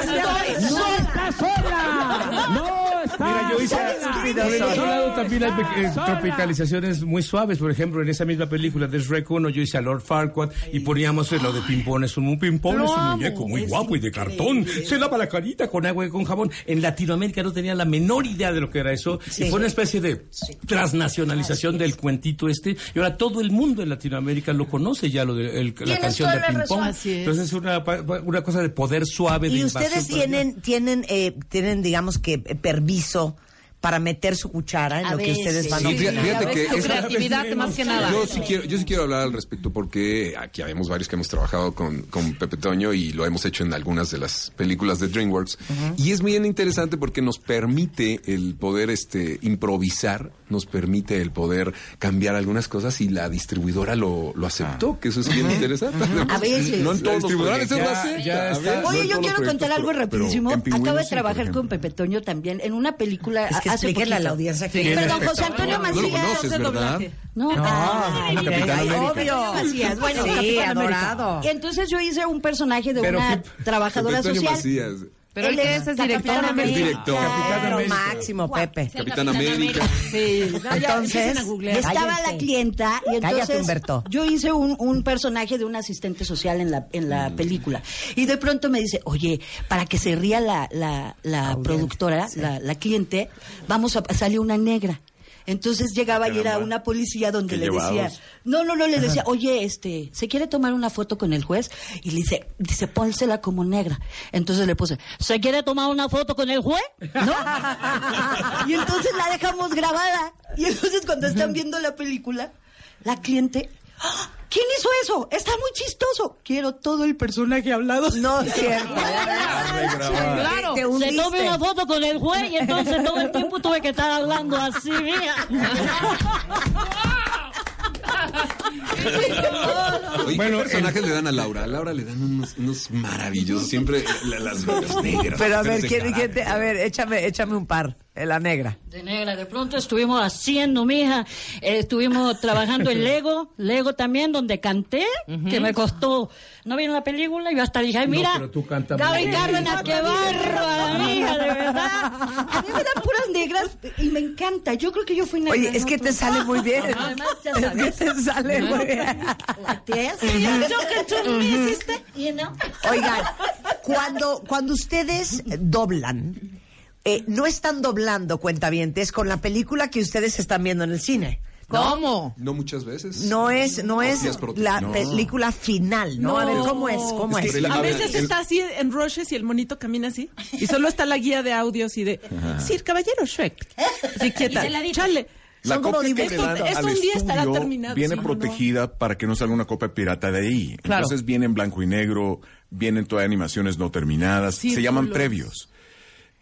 estoy
¡No
sola.
está sola! ¡No está
Mira, yo hice.
sola!
Mira, del otro lado también hay eh,
Sola.
tropicalizaciones muy suaves. Por ejemplo, en esa misma película de Shrek 1, yo hice a Lord Farquaad y poníamos eh, lo de ping-pong. Es un ping-pong,
Lo
es un
amo,
muñeco muy
es
guapo y de cartón. Se lava la carita con agua y con jabón. En Latinoamérica no tenía la menor idea de lo que era eso. Y fue una especie de transnacionalización del cuentito este. Y ahora todo el mundo en Latinoamérica lo conoce ya, lo de, el- la
Tienes
canción
toda
de
la razón.
ping-pong.
Así es.
Entonces es una, pa- una cosa de poder suave, de
Y
invasión
ustedes
para allá.
tienen, tienen, eh, tienen, digamos que eh, permiso para meter su cuchara en
A
lo que ustedes
veces,
van a
sí.
opinar.
Ya ves, tu creatividad más que nada.
Yo sí, quiero, yo sí quiero hablar al respecto porque aquí habemos varios que hemos trabajado con, con Pepe Toño y lo hemos hecho en algunas de las películas de DreamWorks. Y es bien interesante porque nos permite el poder este improvisar, nos permite el poder cambiar algunas cosas y la distribuidora lo, lo aceptó, que eso es bien interesante.
Ah. A veces.
pues, No en
La
todos los
distribuidora
proyectos
ya-
lo acepta.
ya
A
está-
veces, no
Oye,
en
yo
todos los
quiero
proyectos,
contar algo
pero- pero
rapidísimo.
en Pingüinos
Acabo de
sí, por
trabajar
ejemplo.
con Pepe Toño también en una película
Es que
hace
explíquenle a la
poquito.
audiencia que-
Sí, Perdón,
¿Quién es
José
Pepe
Antonio
Toño?
No lo
Macías.
conoces,
hace
¿verdad?
doblaje. No,
No,
ah,
no,
ok.
Capitán
Ay,
América.
Obvio. Macías, bueno,
Sí,
Capitán América.
adorado.
Y entonces yo hice un personaje de
Pero
una
Pepe-
trabajadora
Pepe Toño
social.
Macías.
Pero el que es es director
Capitán
América.
Es director.
Capitán
Capitán
Lo
América.
máximo, Pepe.
Capitán América.
Sí, no, ya
Entonces,
empiecen a googlear.
Estaba
Cállense.
la clienta y
Cállate,
entonces
Humberto.
yo hice un, un personaje de un asistente social en la, en
Mm.
la película. Y de pronto me dice, oye, para que se ría la, la, la productora, la, la cliente, vamos a sale una negra. Entonces llegaba y era una policía donde le
Qué
decía,
llevados.
no, no, no, le decía, oye, este, ¿se quiere tomar una foto con el juez? Y le dice, dice, pónsela como negra. Entonces le puse, ¿se quiere tomar una foto con el juez? ¿No? y entonces la dejamos grabada. Y entonces cuando están viendo la película, la cliente, "¡Ah! ¿quién hizo eso? Está muy chistoso. Quiero todo el personaje hablado.
No es cierto.
Claro.
Te hundiste.
Se tomé una foto con el juez y entonces todo el tiempo tuve que estar hablando así, mira.
Oye,
Bueno,
¿qué personajes le dan a Laura? A Laura le dan unos, unos maravillosos, siempre la- las, las negras.
Pero a ver,
de
¿quién,
carácter.
quién te- a ver, échame, échame un par, eh, la negra.
De negra, de pronto estuvimos haciendo, mija, eh, estuvimos trabajando en Lego, Lego también, donde canté, que me costó, ¿no vieron la película? Yo hasta dije, ay,
No,
mira,
pero tú cantas
Gaby
muy bien.
Cárdenas, qué bárbara, mija, de verdad.
A mí me dan puras negras y me encanta. Yo creo que yo fui negra.
Oye,
en
es que
otro.
te sale muy bien.
No, además, ya
Es que
sabes.
te sale muy bien.
Acteas.
Yo que tú me hiciste.
Y no,
Oigan, cuando, cuando ustedes doblan, eh, no están doblando cuentavientes con la película que ustedes están viendo en el cine.
¿Cómo?
No muchas veces.
No es, no es
Copias por-
la
No.
película final, ¿no? A ver, ¿cómo es? ¿Cómo
Es
es?
que
A
Mira,
veces
el-
está así en rushes y el monito camina así. Y solo está la guía de audios y de. Sí, el caballero Shrek. Sí, quieta. Chale.
La
Son como
copia que le
dibujos.
dan
Esto- esto
al
un día estará
estudio
terminado,
viene
sí, ¿no?
protegida para que no salga una copia pirata de ahí.
Claro.
Entonces viene en blanco y negro, vienen todas animaciones no terminadas, se llaman
Círculos.
previos.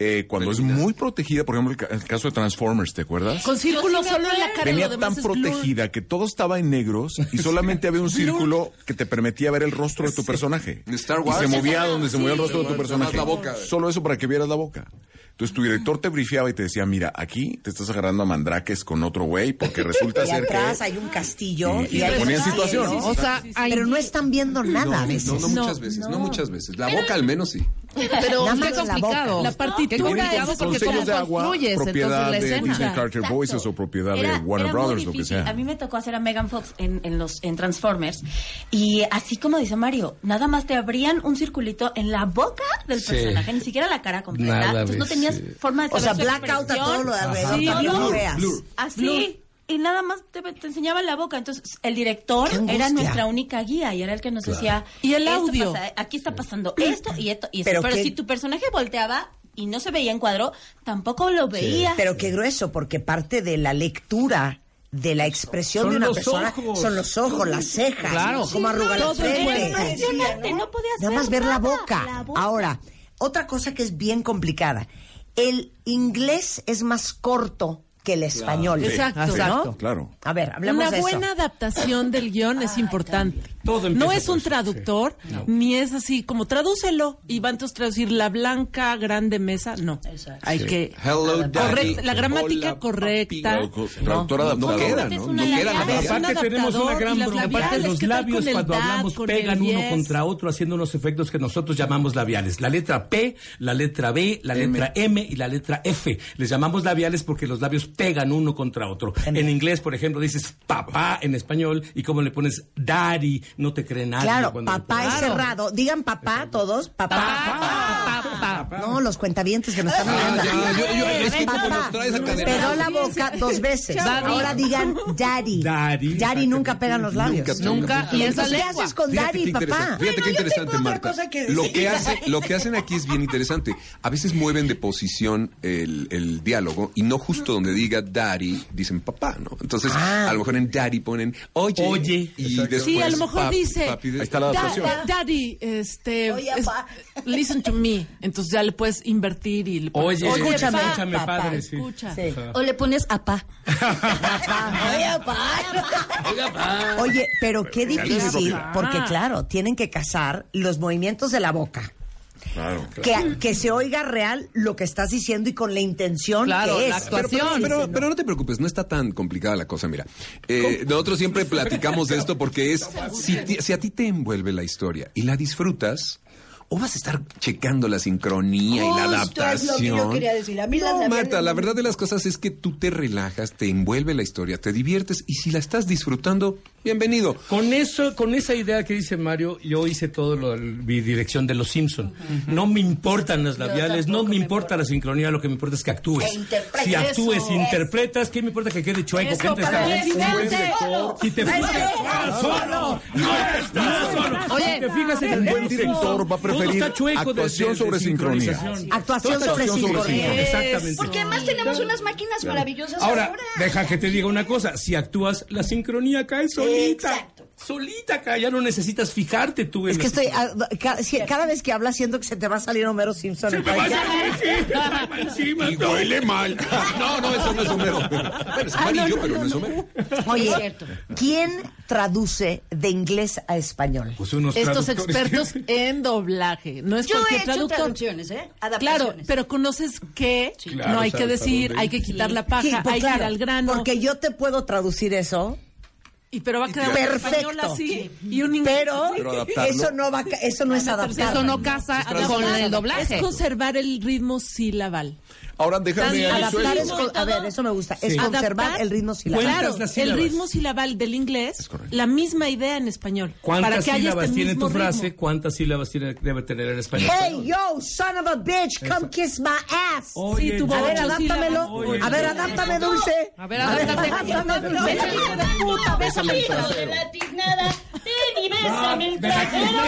Eh, cuando es muy protegida, por ejemplo, el, ca- el caso de Transformers, ¿te acuerdas?
Con círculo solo en la cara. y
Venía
lo
tan
demás es blur.
protegida que todo estaba en negros y solamente había un círculo que te permitía ver el rostro de tu personaje.
De Este, Star Wars.
Y se movía donde se movía el rostro de tu
Sí.
personaje.
Nada más la boca.
Solo eso para que vieras la boca. Entonces tu director te brifiaba y te decía, mira, aquí te estás agarrando a mandrakes con otro güey porque resulta
Y
ser que...
atrás hay un castillo
Y- y
hay
te ponían
un
situación.
cielo,
O sea, ahí-
pero no están viendo nada
No,
a veces.
no, no muchas veces, no. muchas veces. La boca al menos sí.
Pero
Nada
qué
más la
complicado.
boca.
La partitura es porque
Consejos
cómo
de agua,
construyes entonces la
propiedad de Disney
escena.
Carter
Exacto.
Voices o propiedad
Era-
de Warner
era muy
Brothers, lo que
difícil.
sea.
A mí me tocó hacer a Megan Fox en, en los en Transformers y así como dice Mario, nada más te abrían un circulito en la boca del
Sí.
personaje, ni siquiera la cara completa.
Nada
Entonces no
ves,
tenías
sí.
forma de
O
saber
sea,
su
blackout a
expresión.
todo lo de alrededor,
Sí,
también
blur.
lo veas.
Blur.
Así. Y nada más te, te enseñaban la boca. Entonces, el director
Qué
era
angustia.
nuestra única guía y era el que nos decía.
Y el
"Esto
audio.
pasa- aquí está pasando esto y esto y esto.
Pero
Pero,
qué-
si tu personaje volteaba y no se veía en cuadro, tampoco lo veía.
Pero qué grueso, porque parte de la lectura de la expresión
Son
de una
los
persona
ojos.
son los ojos, las cejas,
Claro.
cómo arruga la
todo era
frente.
impresionante, no podías
Nada
ver
más ver la
nada,
boca.
la boca.
Ahora, otra cosa que es bien complicada. El inglés es más corto que el español.
Sí, Exacto.
¿no?
exacto.
Claro.
A ver, hablemos
Una
de
buena
eso.
adaptación del guión es importante. no es un traductor, ni es así como tradúcelo y van a traducir la blanca grande mesa. No. Hay
Sí.
que.
Hello,
Correcta-
daddy.
la gramática
Hola,
correcta.
papi. No, traductor adaptador. Es una labial.
Es un
Aparte tenemos una
adaptador
gran
y las
bronca. Aparte
labiales,
los
¿qué tal
labios
con el
cuando
dad,
hablamos
con
pegan
el
uno
yes?
contra otro haciendo unos efectos que nosotros llamamos labiales. La letra P, la letra B, la letra M y la letra F. Les llamamos labiales porque los labios pegan uno contra otro. En inglés, por ejemplo, dices papá en español y cómo le pones daddy, no te cree nadie.
Claro,
cuando le
papá es
pones-
cerrado. Digan papá todos. Papá. No, los cuentavientes que nos están viendo.
Ah, ya, yo- yo- es que
Papá.
como los traes a cadenazos.
Pegó la boca dos veces.
Daddy.
Ahora digan daddy. Daddy. nunca pegan los labios.
Nunca, nunca.
¿Y Entonces, ¿qué haces con
Fíjate
daddy,
qué
papá?
interesante, Fíjate qué interesante, Marta.
cosa que
Lo
decir.
que, hace, lo que hacen aquí es bien interesante. A veces mueven de posición el, el diálogo y no justo donde diga daddy, dicen papá, ¿no? Entonces,
Ah.
a lo mejor en daddy ponen oye.
Oye.
Y después
sí, a lo mejor
papi,
dice.
papi,
"Da-
de-
da- daddy, este. es- listen to me. Entonces ya le puedes invertir y le pones,
Oye, escúchame, escúchame, padre, sí.
Escucha.
Sí.
O le pones apá.
Ah. Oye, pero qué
Ya les digo
difícil,
que-
porque
Ah.
claro, tienen que casar los movimientos de la boca.
Claro.
Que, que se oiga real lo que estás diciendo y con la intención que es.
Pero, pero- pero no te preocupes, no está tan complicada la cosa, mira. Eh, nosotros siempre platicamos de esto porque es, si, ti- si a ti te envuelve la historia y la disfrutas, o vas a estar checando la sincronía y la
Justo es lo
adaptación.
que yo quería decir. A mí las
no,
labiales-
Marta, la verdad de las cosas es que tú te relajas, te envuelve la historia, te diviertes y si la estás disfrutando, bienvenido.
Con eso, con esa idea que dice Mario, yo hice todo lo, mi dirección de Los Simpson. No me importan las labiales, no me importa la sincronía, lo que me importa es que actúes.
E interpretes.
si actúes,
Eso.
interpretas, ¿qué me importa que quede chueco?
Eso,
que antes
para
estaba-
que
un buen
esté
director,
solo.
Si te
Eso.
fijas, ah, solo, no está solo.
Oye,
si te fijas en
un buen
eso,
director va a preferir
todo está chueco de-
actuación
de- de
sobre sincronía.
sincronización.
Actuación
Todo
sobre sincronía.
Exactamente.
Porque además tenemos unas máquinas maravillosas ahora.
Ahora, deja que te diga una cosa, si actúas, la sincronía cae solita. Solita cae, ya no necesitas fijarte tú en
Es que
la
estoy, ah, ca- si- cada vez que hablas siento que se te va a salir Homero Simpson.
me va a salir, sí,
Y huele mal. No, no, eso no es Homero. Bueno, es
Ah, no,
amarillo,
no,
pero no,
no,
es Homero.
Oye, ¿quién traduce de inglés a español?
Pues
Estos expertos en doblaje. No es
Yo he
cualquier
hecho
traductor.
traducciones, ¿eh?
Claro, pero conoces que
Claro,
no hay
sabes
que
a
decir,
dónde
hay que
ir.
quitar la paja,
Sí, pues
hay que ir
claro,
al grano.
Porque yo te puedo traducir eso.
Y pero va a quedar un español
Perfecto.
así y un inglés
Pero,
así.
eso no va, a ca- eso no es adaptado.
Eso no casa con el doblaje. Es conservar el ritmo silabial.
Ahora
déjame Tan- adicionar
adaptar es
eso.
con- a ver, eso me gusta, es
Sí.
conservar
Adaptar-
el ritmo silabar.
Claro, el ritmo silabal del inglés, la misma idea en español.
¿Cuántas
para que haya
sílabas
este
tiene tu
mismo ritmo.
frase? ¿Cuántas sílabas tiene- debe tener en español?
Hey, yo, son of a bitch, come kiss my ass.
Oye, Sí, tuvo
a ver,
ocho
adáptamelo.
sílabas. Oye,
a ver,
no.
adáptame, dulce.
A ver,
adáptate. Bésame, hijo de puta, bésame, hijo de la tiznada. Ven y bésame el trasero.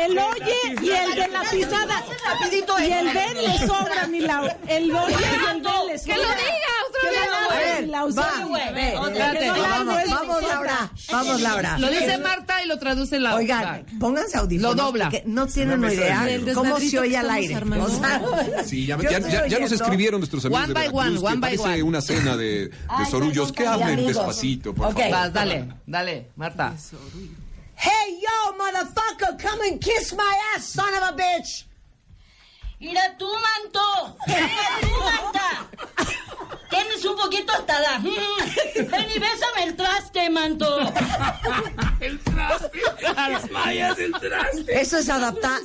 El oye y el de la pisada.
Rapidito,
Y el
eh.
ven le sobra, mi Lau. El oye y el ven le sobra.
Que lo diga, otra
Que
vez.
lo
A
haga,
ver,
mi Lau.
va,
Sí, güey.
ve,
Otra.
espérate.
Que no
Vamos,
la hagas,
vamos,
mi
Laura.
Laura.
Vamos, Laura.
Lo dice Marta y lo traduce la
Oigan, pónganse audífonos.
Lo dobla.
porque no tienen
Una mesa de
idea
negros.
cómo se
Del
oye al aire.
desmadrito que
O sea,
Sí, ya,
yo
ya-
estoy
ya- ya nos
oyendo.
escribieron nuestros amigos
One
de
by one,
Veracruz, que
one by
parece
one.
una cena de, de sorullos que
perdón,
hablen
amigos.
despacito, por
Ok.
favor.
Vas, dale, dale, Marta.
Hey, yo, motherfucker, come and kiss my ass, son of a bitch.
Mira tú, manto. Mira tú, manta. Tienes un poquito hasta la. Mm. Ven y bésame el traste, manto. el traste. el traste.
Eso es adaptar.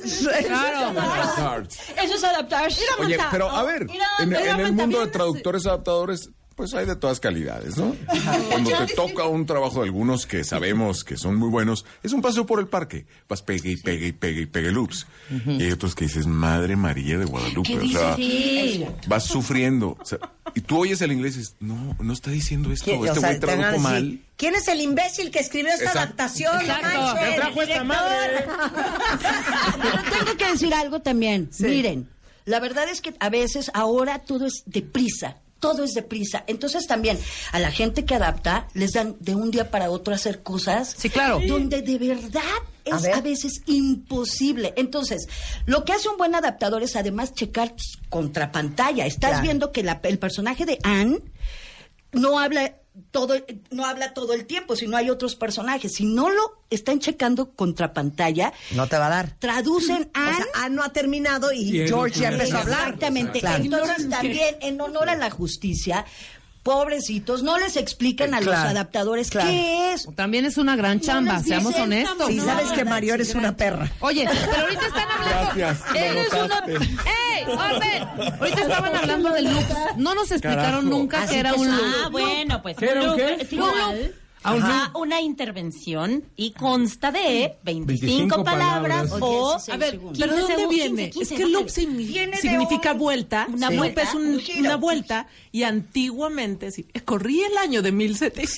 Eso es adaptar.
Oye, pero a ver,
Mira,
en,
mira,
en el
manta,
mundo de traductores adaptadores, pues hay de todas calidades, ¿no? Cuando te toca un trabajo de algunos que sabemos que son muy buenos, es un paseo por el parque. Vas pegue y pegue y pegue y pegue loops. Y hay otros que dices, Madre María de Guadalupe.
¿Qué
o
dice?
sea,
Sí.
vas sufriendo. o sea, y tú oyes el inglés y dices, no, no está diciendo esto.
¿Quién- o
Este
sea,
güey
te van a
tradujo
decir,
mal.
¿Quién es el imbécil que escribió esta
Exacto.
adaptación? No
Exacto.
manches,
¿Qué trajo esta
director.
madre? Pero tengo que decir algo también. Miren, la verdad es que a veces ahora todo es deprisa. todo es deprisa. Entonces también a la gente que adapta les dan de un día para otro hacer cosas. Sí, claro. Donde de verdad es a, veces imposible. Entonces, lo que hace un buen adaptador es además checar pues, contra pantalla. Estás
Claro.
viendo que la- el personaje de Anne no habla todo no habla todo el tiempo, si no hay otros personajes, si no lo están checando contra pantalla,
No te va a dar.
traducen a
Anne no ha terminado
y
Y George ya empezó a hablar.
Exactamente.
Claro.
Entonces
Ignoran
también, en honor a la justicia, pobrecitos, no les explican a los
Claro,
adaptadores
claro.
qué es.
También es una gran chamba, seamos honestos.
Sí, sabes que Mario eres una perra.
Oye, pero ahorita están hablando.
Gracias, lo
Eres una.
notaste.
¡Ey! ¡Orden! Ahorita estaban hablando del loop. No nos explicaron
Carajo.
nunca
Así
que era
que
un
sí.
loop.
Ah, bueno, pues.
¿Qué era un
loop
qué?
es
Un
igual
Ah, un
a una intervención y consta de 25,
25
palabras,
palabras.
o.
a ver, ¿pero de dónde viene? es que loop signi- significa vuelta.
Una
loop
vuelta,
es un-
un giro.
una vuelta. Y antiguamente, sí, corría el año de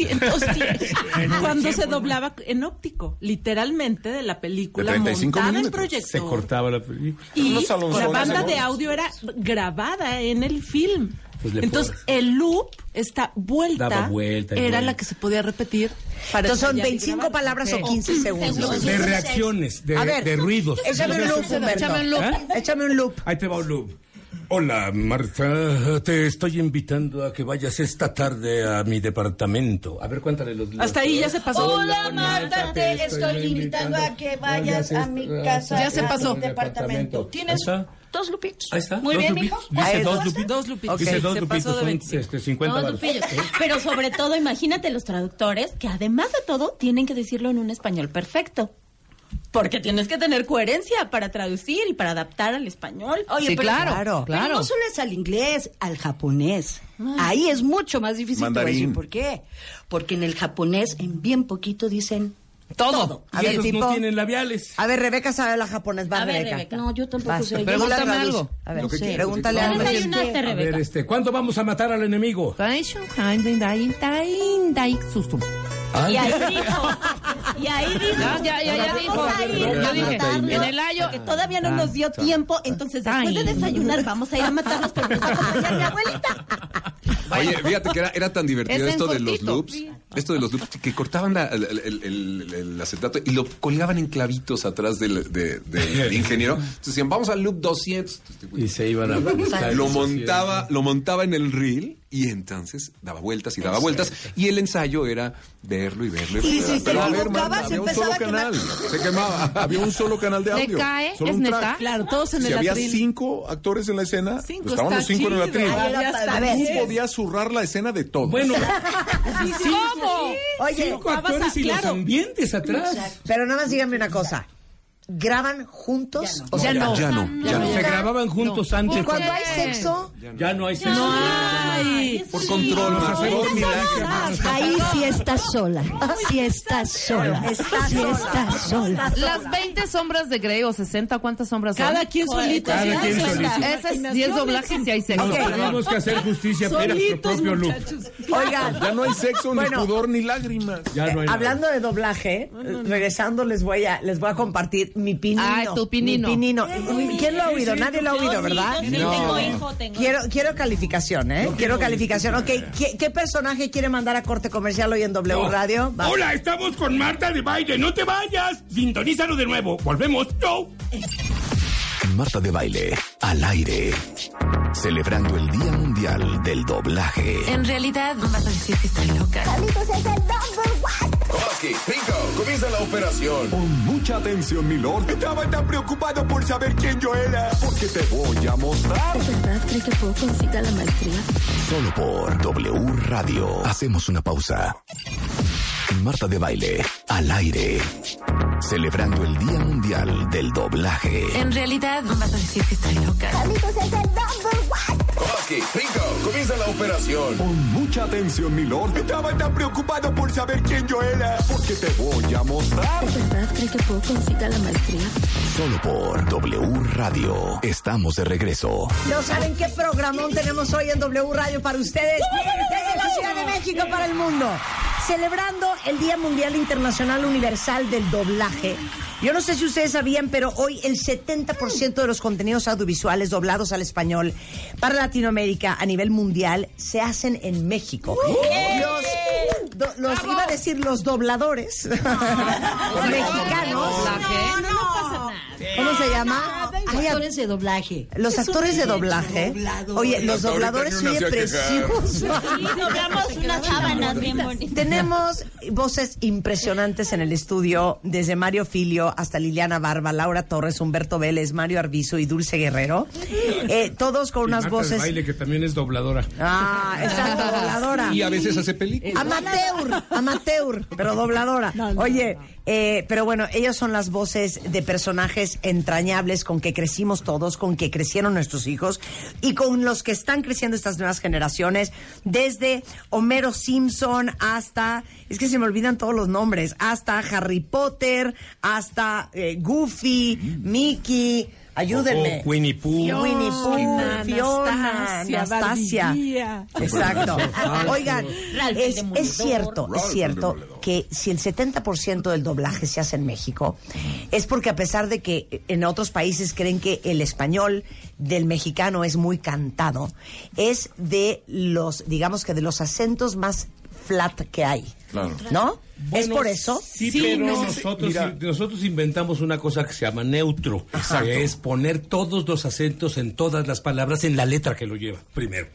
1710, cuando se doblaba en óptico, literalmente de la
De
película
35
montada en
minutos. Se
proyector.
cortaba la película.
Y la banda de audio era grabada en el film.
Pues le
Entonces, el loop, esta vuelta,
Daba vuelta y
era
vuelta.
la que se podía repetir. Para
Entonces,
ensayar
son
y
25
grabar.
palabras o
Ok.
15 segundos. De reacciones, de- de ruidos.
Échame un loop, Humberto.
Échame un loop. ¿Eh?
Échame un loop.
Ahí te va un loop. Hola, Marta. Te estoy invitando a que vayas esta tarde a mi departamento. A ver, cuéntale los
Hasta ahí ya se pasó.
Hola, Marta, te estoy invitando a que vayas a mi casa.
Ya se
a mi
pasó.
departamento. ¿Tienes
dos lupitos.
Ahí está. dos lupitos. Dice dos lupitos.
Dos lupitos.
Dice dos
se
lupitos.
pasó de
son,
25.
este, 50
No,
varos.
Lupillo. Pero sobre todo, imagínate los traductores que además de todo tienen que decirlo en un español perfecto. Porque tienes que tener coherencia para traducir y para adaptar al español.
Oye, pero, pero no solo es al inglés, al japonés. Ahí es mucho más difícil. te voy a decir
Mandarín.
¿Por qué? Porque en el japonés, en bien poquito, dicen todo.
A ver, tipo.
labiales.
A ver, Rebeca sabe la japonés. Va,
A ver,
Rebeca.
Rebeca. No, yo tampoco
Vas,
sé. Yo
Pregúntale
no traduzo.
algo. A ver,
Lo que
sí,
quieras,
pregúntale
lo que
algo.
quieras. ¿Qué desayunaste,
A ver,
Rebeca?
este, ¿cuándo vamos a matar al enemigo?
Y ahí
Ay.
dijo. Y ahí dijo.
Ya, ya, ya, ya
vamos
dijo.
a ir
Yo
a
dije,
matarlo,
en el ayo.
Porque todavía no nos dio tiempo. Entonces, después de desayunar, vamos a ir a matarnos porque nos va a acompañar mi abuelita.
Oye, fíjate que era, era tan divertido
Es
esto
en
de los
cortito.
loops. Esto de los loops que cortaban la- el, el- el- el acetato y lo colgaban en clavitos atrás del, de- del ingeniero. Entonces decían, vamos al loop 200.
Y se iban a buscar
Lo
esos
montaba, lo montaba en el reel y entonces daba vueltas y daba vueltas. Y el ensayo era verlo y verlo. Y,
Y
verlo.
si se
Pero a ver,
equivocaba,
manda,
se
había un
empezaba
solo
a quemar.
canal. Se quemaba. Había un solo canal de
¿Le
audio.
cae?
Solo
¿Es
un
neta?
track.
Claro, todos en
si
el
había
atril.
cinco actores en la escena, pues estaban
está
los cinco en el
chido.
atril.
Ahí era
Tú
padre.
podías zurrar la escena de todo.
Bueno,
¿Cómo? Oye,
Cinco actores y los ambientes atrás.
Pero nada más díganme una cosa. ¿Graban juntos? O sea,
Ya no. Ya
no,
ya no. Se grababan juntos antes.
¿Y cuando hay sexo?
Ya no hay sexo.
No
hay. Por control.
No,
por favor,
ahí
milagro.
Ahí sí estás sola. Sí estás sola. Sí estás sola.
Las 20 sombras de Grey o 60, ¿cuántas sombras son?
Cada quien solito,
Cada
sí,
quien
sí,
solito.
sí.
Ese es 10 doblajes y hay sexo.
Nos tenemos que hacer justicia pero nuestro
Solitos,
propio look.
muchachos.
Oigan.
Ya no hay sexo, ni
Bueno.
pudor, ni lágrimas.
Ya no hay nada.
Hablando de doblaje, regresando les voy a les voy a compartir mi pinino.
Ay, Ah, tu pinino.
Mi pinino.
Ay,
¿Quién lo ha
sí,
oído?
sí,
Nadie lo ha
yo
oído,
sí,
¿verdad?
yo sí, No. tengo hijo, tengo
Quiero quiero calificación, ¿eh? Quiero calificación. Ok, ¿qué, qué personaje quiere mandar a corte comercial hoy en W
No.
Radio? Va.
Hola, estamos con Marta de Baile. No te vayas. Sintonízalo de nuevo. Volvemos. Chau.
Marta de Baile, al aire. Celebrando el Día Mundial del Doblaje.
En realidad, no vas a decir que estoy loca.
Kowalski, Pinko, comienza la operación.
Con mucha atención, mi lord. Estaba tan preocupado por saber quién yo era. Porque te voy a mostrar.
¿De verdad cree que puedo conseguir la maestría?
Solo por W Radio. Hacemos una pausa. Marta de Baile, al aire. Celebrando el Día Mundial del Doblaje.
En realidad, no vas a decir que estoy loca.
Kowalski, Pinko, comienza la operación.
Con mucha atención, mi lord. Estaba tan preocupado por saber quién yo era. Porque te voy a mostrar.
¿De verdad cree que puedo conseguir la maestría?
Solo por W Radio. Estamos de regreso.
No saben qué programón tenemos hoy en W Radio para ustedes, desde la Ciudad de México para el mundo. celebrando el Día Mundial Internacional Universal del Doblaje. Yo no sé si ustedes sabían, pero hoy el 70% de los contenidos audiovisuales doblados al español para Latinoamérica a nivel mundial se hacen en México. Los, do- los- iba a decir los dobladores mexicanos.
No, no, no pasa nada.
¿Cómo se llama? actores de doblaje. Los actores de doblaje. Oye, los
Hasta ahorita
dobladores
ni una
oye
se ha
preciosos.
quejado. Sí, doblamos unas sábanas bien bonitas.
Tenemos voces impresionantes en el estudio, desde Mario Filio hasta Liliana Barba, Laura Torres, Humberto Vélez, Mario Arbizu y Dulce Guerrero. Eh, todos con unas
Marta de
voces.
baile que también es dobladora.
Ah, exacto,
Ah.
dobladora.
Y a veces hace películas.
Amateur, amateur, pero dobladora. Oye, eh, pero bueno, ellos son las voces de personajes entrañables con que crecimos todos, con que crecieron nuestros hijos y con los que están creciendo estas nuevas generaciones, desde Homero Simpson hasta, es que se me olvidan todos los nombres, hasta Harry Potter, hasta eh, Goofy, Mickey. Ayúdenme.
Oh,
Coco, Winnie Pooh.
Winnie Pooh,
Fiona,
Fiona,
Anastasia,
Anastasia.
Barbilla.
Exacto.
Ralph.
Oigan,
Ralph el
es,
demoledor.
es cierto,
Ralph
es
el
cierto
demoledor.
que si el 70% del doblaje se hace en México, es porque a pesar de que en otros países creen que el español del mexicano es muy cantado, es de los, digamos que de los acentos más flat que hay.
Claro.
¿No? ¿Es por eso?
Sí, pero nosotros, nosotros inventamos una cosa que se llama neutro, que es poner todos los acentos en todas las palabras en la letra que lo lleva, primero.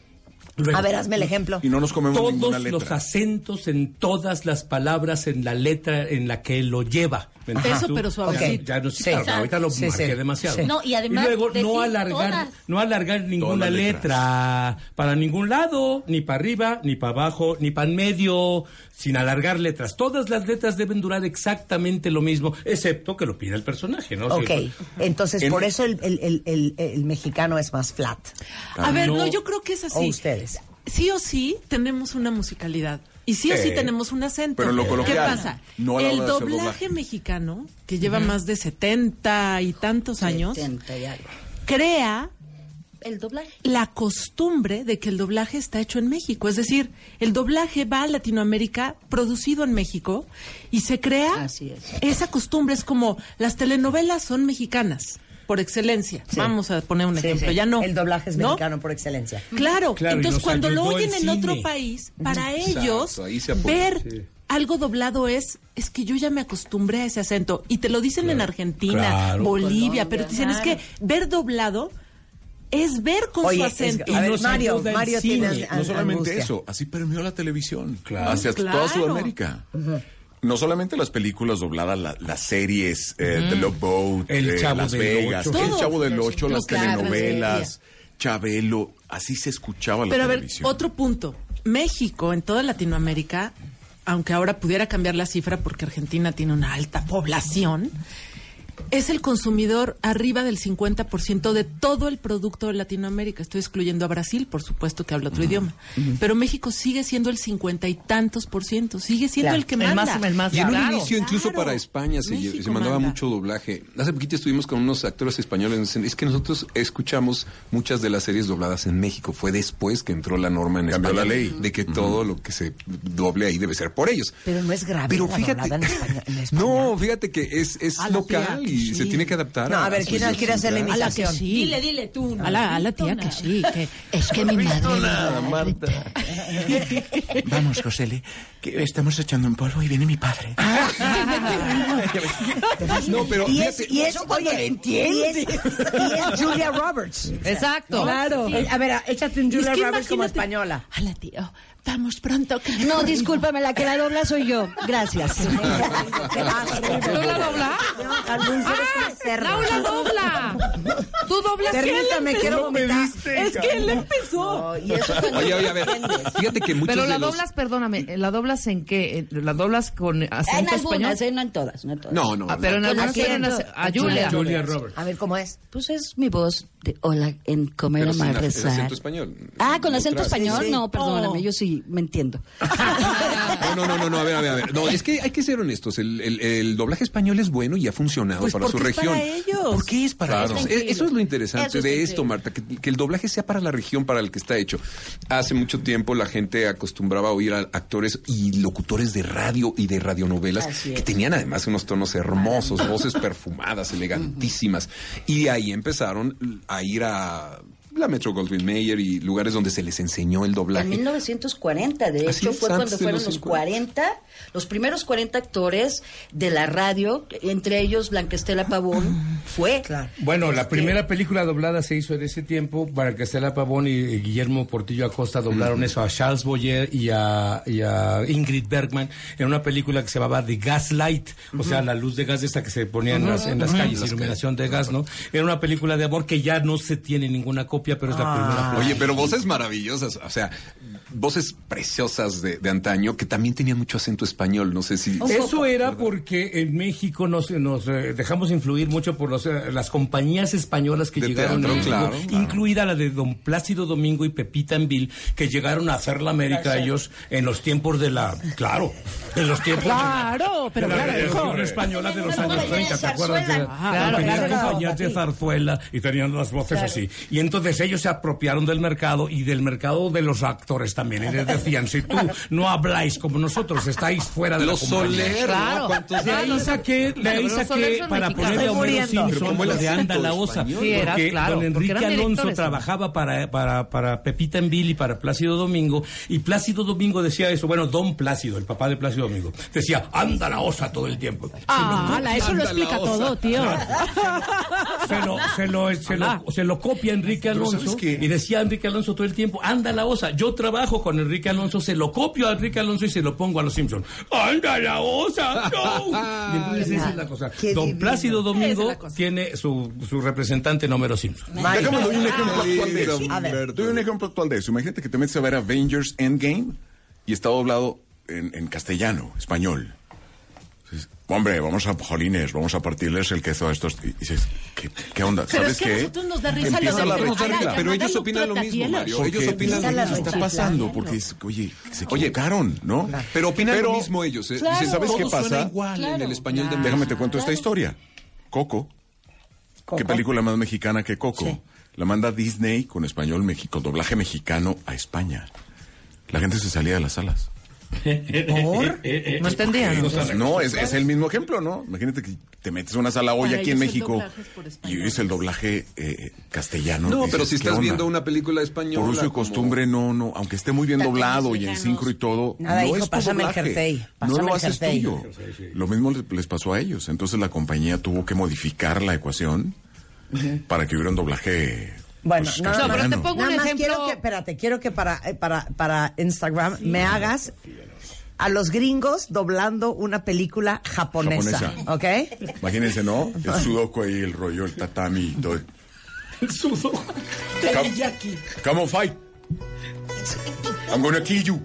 Luego,
A ver, hazme el ejemplo.
Y no nos comemos
todos
ninguna letra.
los acentos en todas las palabras en la letra en la que lo lleva. ¿me entiendes
Eso,
tú?
pero suavecito.
Ya, ya no, sí,
Sí.
claro,
Exacto.
ahorita lo
Sí,
marqué
sí.
demasiado.
Sí. No, y además
luego
decir
no alargar,
todas.
no alargar ninguna
Todas las
letra para ningún lado, ni para arriba, ni para abajo, ni para en medio, sin alargar letras. Todas las letras deben durar exactamente lo mismo, excepto que lo pida el personaje, ¿no?
Ok,
Sí. pues,
entonces
En- e-
por eso el, el- el- el- el mexicano es más flat.
A ver, no, yo creo que es así.
O ustedes.
sí o sí tenemos una musicalidad y sí o
Sí.
sí tenemos un acento.
Pero en lo
¿Qué
coloquial,
pasa?
no a la
el
hora de hacer
doblaje,
doblaje.
mexicano, que lleva
Ujú.
más de 70 y tantos años, crea
El doblaje.
la costumbre de que el doblaje está hecho en México. Es decir, el doblaje va a Latinoamérica producido en México y se crea esa costumbre. Es como las telenovelas son mexicanas. Por excelencia, vamos a poner un
Sí,
ejemplo,
sí.
ya no.
El doblaje es
¿no?
mexicano por excelencia.
Claro,
Claro, y
entonces
nos
cuando lo
ayudó el
oyen en otro
cine.
país, para
Exacto,
ellos
ahí se apoya,
ver
sí.
algo doblado es es que yo ya me acostumbré a ese acento y te lo dicen en Argentina,
Claro.
Bolivia,
Colombia,
pero te dicen
claro.
es que ver doblado es ver con
Oye,
su
es-
acento.
a ver, Mario, Mario tiene
Y
an-
no solamente
angustia.
eso, así permeó la televisión
Claro.
hacia
Claro.
toda Sudamérica. No solamente las películas dobladas, la- las series, eh,
Ujú.
The Love Boat,
El
eh,
Chavo
Las
del
Vegas,
Ocho.
El
Todo.
Chavo del Ocho,
Los
las
claro,
telenovelas, Chabelo, así se escuchaba la
Pero a ver,
televisión.
otro punto. México en toda Latinoamérica, aunque ahora pudiera cambiar la cifra porque Argentina tiene una alta población, es el consumidor arriba del 50% de todo el producto de Latinoamérica. Estoy excluyendo a Brasil, por supuesto que habla otro idioma. Pero México sigue siendo el cincuenta y tantos por ciento, sigue siendo
Claro,
el que
el
manda.
más- el más- Y en un claro. inicio incluso para España se, lle-
México
se mandaba
manda.
mucho doblaje. Hace poquito estuvimos con unos actores españoles. y nos dicen, Es que nosotros escuchamos muchas de las series dobladas en México. Fue después que entró la norma en
Cambió
España
la ley.
de que todo lo que se doble ahí debe ser por ellos.
Pero no es grave.
Pero
la
fíjate-
doblada en España- en España.
No, fíjate que es, es
A la
local
tía que
y se
sí.
tiene que adaptar.
No, a ver,
su
¿quién- quién hace la
idiosincrasia.
imitación?
Dile, dile tú.
A la, a la tía que sí, que es que mi madre...
Marta. Vamos, Josele, que estamos echando un polvo y viene mi padre.
Ah,
No, pero
y es,
fíjate-
y es, oye, y es, y es Julia Roberts.
Exacto.
Claro.
Sí.
Eh, A ver, échate un Julia
Es que
Roberts como
imagínate-
española.
Hola, tío. Vamos pronto.
No, discúlpame, la que la dobla soy yo. Gracias.
¿Tú la doblas? ¡Laura dobla! ¡Tú doblas!
Permítame,
¿Quién
quiero
le empezó?
vomitar. Es que él empezó.
Oye, oye, a ver, fíjate que muchos
Pero la
de los...
doblas, perdóname, eh, ¿la doblas en qué? Eh, ¿La doblas con acento español?
algunas, eh, no en todas, no en todas.
No, no,
Ah, pero en
Con
algunas
acento.
tienen ac- a Julia.
A ver, ¿cómo es? Pues es mi voz
de- o la- en comer
Pero
o
sin
más
ac- el
rezar.
acento español.
Ah, con acento
Neutral.
español,
Sí, Oh. sí.
no, perdóname, yo sí me entiendo.
No, no, no, no, no, a ver, a ver, a ver. No, es que hay que ser honestos. El, el- el doblaje español es bueno y ha funcionado
Pues
para su
porque es
región.
para ellos.
¿Por qué es para
Claro.
ellos?
Tranquilo.
E- Eso es lo interesante
Eso es
de
increíble.
esto, Marta, que, que el doblaje sea para la región para el que está hecho. Hace mucho tiempo la gente acostumbraba a oír a actores y locutores de radio y de radionovelas
Así es.
que tenían además unos tonos hermosos, voces perfumadas, elegantísimas. Y de ahí empezaron a ir a la Metro Goldwyn Mayer y lugares donde se les enseñó el
En
doblaje.
1940, de
Así
hecho,
es,
fue
antes
cuando
de
fueron
los
los
50.
40, los primeros 40 actores de la radio, entre ellos Blanquestela Pavón, fue.
Bueno, la
Este,
primera película doblada se hizo en ese tiempo. Barcastela Pavón y Guillermo Portillo Acosta doblaron eso a Charles Boyer y a, y a Ingrid Bergman en una película que se llamaba The Gaslight, o sea, la luz de gas esta que se ponía en las, en las
Ujú.
calles,
Las
iluminación de gas, ¿no? Era una película de amor que ya no se tiene ninguna copia, pero es la
Ah.
primera.
Oye,
película.
pero voces maravillosas, o sea, voces preciosas de, de antaño que también tenían mucho acento español, no sé si...
Eso era porque en México nos, nos eh, dejamos influir mucho por los, eh, las compañías españolas que
De
llegaron
teatro,
a México,
claro, claro.
incluida la de Don Plácido Domingo y Pepita Anvil, que llegaron a hacer la América
Gracias.
ellos en los tiempos de la... Claro, en los tiempos... de la-
Claro, pero
de la
claro,
Revolución
hijo.
española de los
Tenían una
años 30, ¿te
compañía de
acuerdas?
zarzuela. Ajá, claro,
Tenían
claro, claro.
compañías de
Sí.
zarzuela y tenían las voces
Claro.
así. Y entonces ellos se apropiaron del mercado y del mercado de los actores también. Y les decían, si tú no habláis como nosotros, estáis fuera de
Los
la compañía.
Soler, ¿no? Claro. ¿Cuántos
De ahí
años?
saqué, de
Bueno,
ahí
pero los Soler
saqué
son
para
mexicanos.
ponerle a Homero
Estoy muriendo. Pero
Simpson
como el
lo de
acento
Anda la osa.
español,
Porque
¿no? Sí, era, claro,
don
porque
Enrique
eran
Alonso
directores, ¿no?
trabajaba para, para, para Pepita Envil y para Plácido Domingo. Y Plácido Domingo decía eso. Bueno, don Plácido, el papá de Plácido Domingo, decía, anda la osa todo el tiempo.
Ah, la- eso lo explica todo, tío.
Se lo, se lo, se lo, se lo copia Enrique
Pero ¿sabes
Alonso y decía Enrique Alonso todo el tiempo, anda la osa, yo trabajo con Enrique Alonso, se lo copio a Enrique Alonso y se lo pongo a los Simpson. ¡Anda la osa! ¡No! Y entonces esa es la cosa. Don Plácido Domingo tiene su, su representante en Homero Simpson.
Déjame doy un ejemplo actual de
Sí, a ver.
eso. Doy un ejemplo actual de eso. Imagínate que te metes a ver Avengers Endgame y está doblado en, en castellano, español. Dices, Hombre, vamos a jolines, vamos a partirles el queso a estos. Y dices, ¿qué, qué onda?
Pero
¿Sabes
es que a
qué?
nosotros nos da
Que
risa lo de-
empieza la
a la
recta.
llamada
Pero ellos opinan lo mismo,
Lucratielos.
Mario.
Porque
Ellos opinan
empieza
lo
la
mismo.
recta. está pasando? Porque dices, oye, se equivocaron, ¿no?
Pero opinan lo mismo ellos. ¿eh?
Dicen,
Dicen,
¿sabes qué
todo
pasa?
suena igual en el español de
Déjame
México.
te cuento esta historia. Coco. ¿Qué película más mexicana que Coco? La manda Disney con español México, doblaje mexicano a España. La gente se salía de las salas.
No entendía. ¿no?
No, es, es el mismo ejemplo, ¿no? Imagínate que te metes a una sala hoy
Para
aquí
ellos
en
el
México
doblaje es por
y oyes el doblaje eh, castellano.
No,
dices,
pero si
¿qué
estás
onda?
viendo una película española...
Por uso y
como-
costumbre, no, no. Aunque esté muy bien doblado y en sincro y todo,
Nada,
no
hijo,
es tu
pásame el
doblaje.
jersey,
No
pásame
lo
el
haces
jersey.
tuyo. Lo mismo le- les pasó a ellos. Entonces la compañía tuvo que modificar la ecuación para que hubiera un doblaje.
Bueno,
pues,
nada más-
castellano.
nada más quiero que, espérate, quiero que para, eh, para, para Instagram me hagas a los gringos doblando una película japonesa,
Japonesa.
¿ok?
Imagínense, ¿no? El sudoku ahí, el rollo, el tatami y todo.
El sudoku.
Teriyaki. Come on, fight. I'm gonna kill you.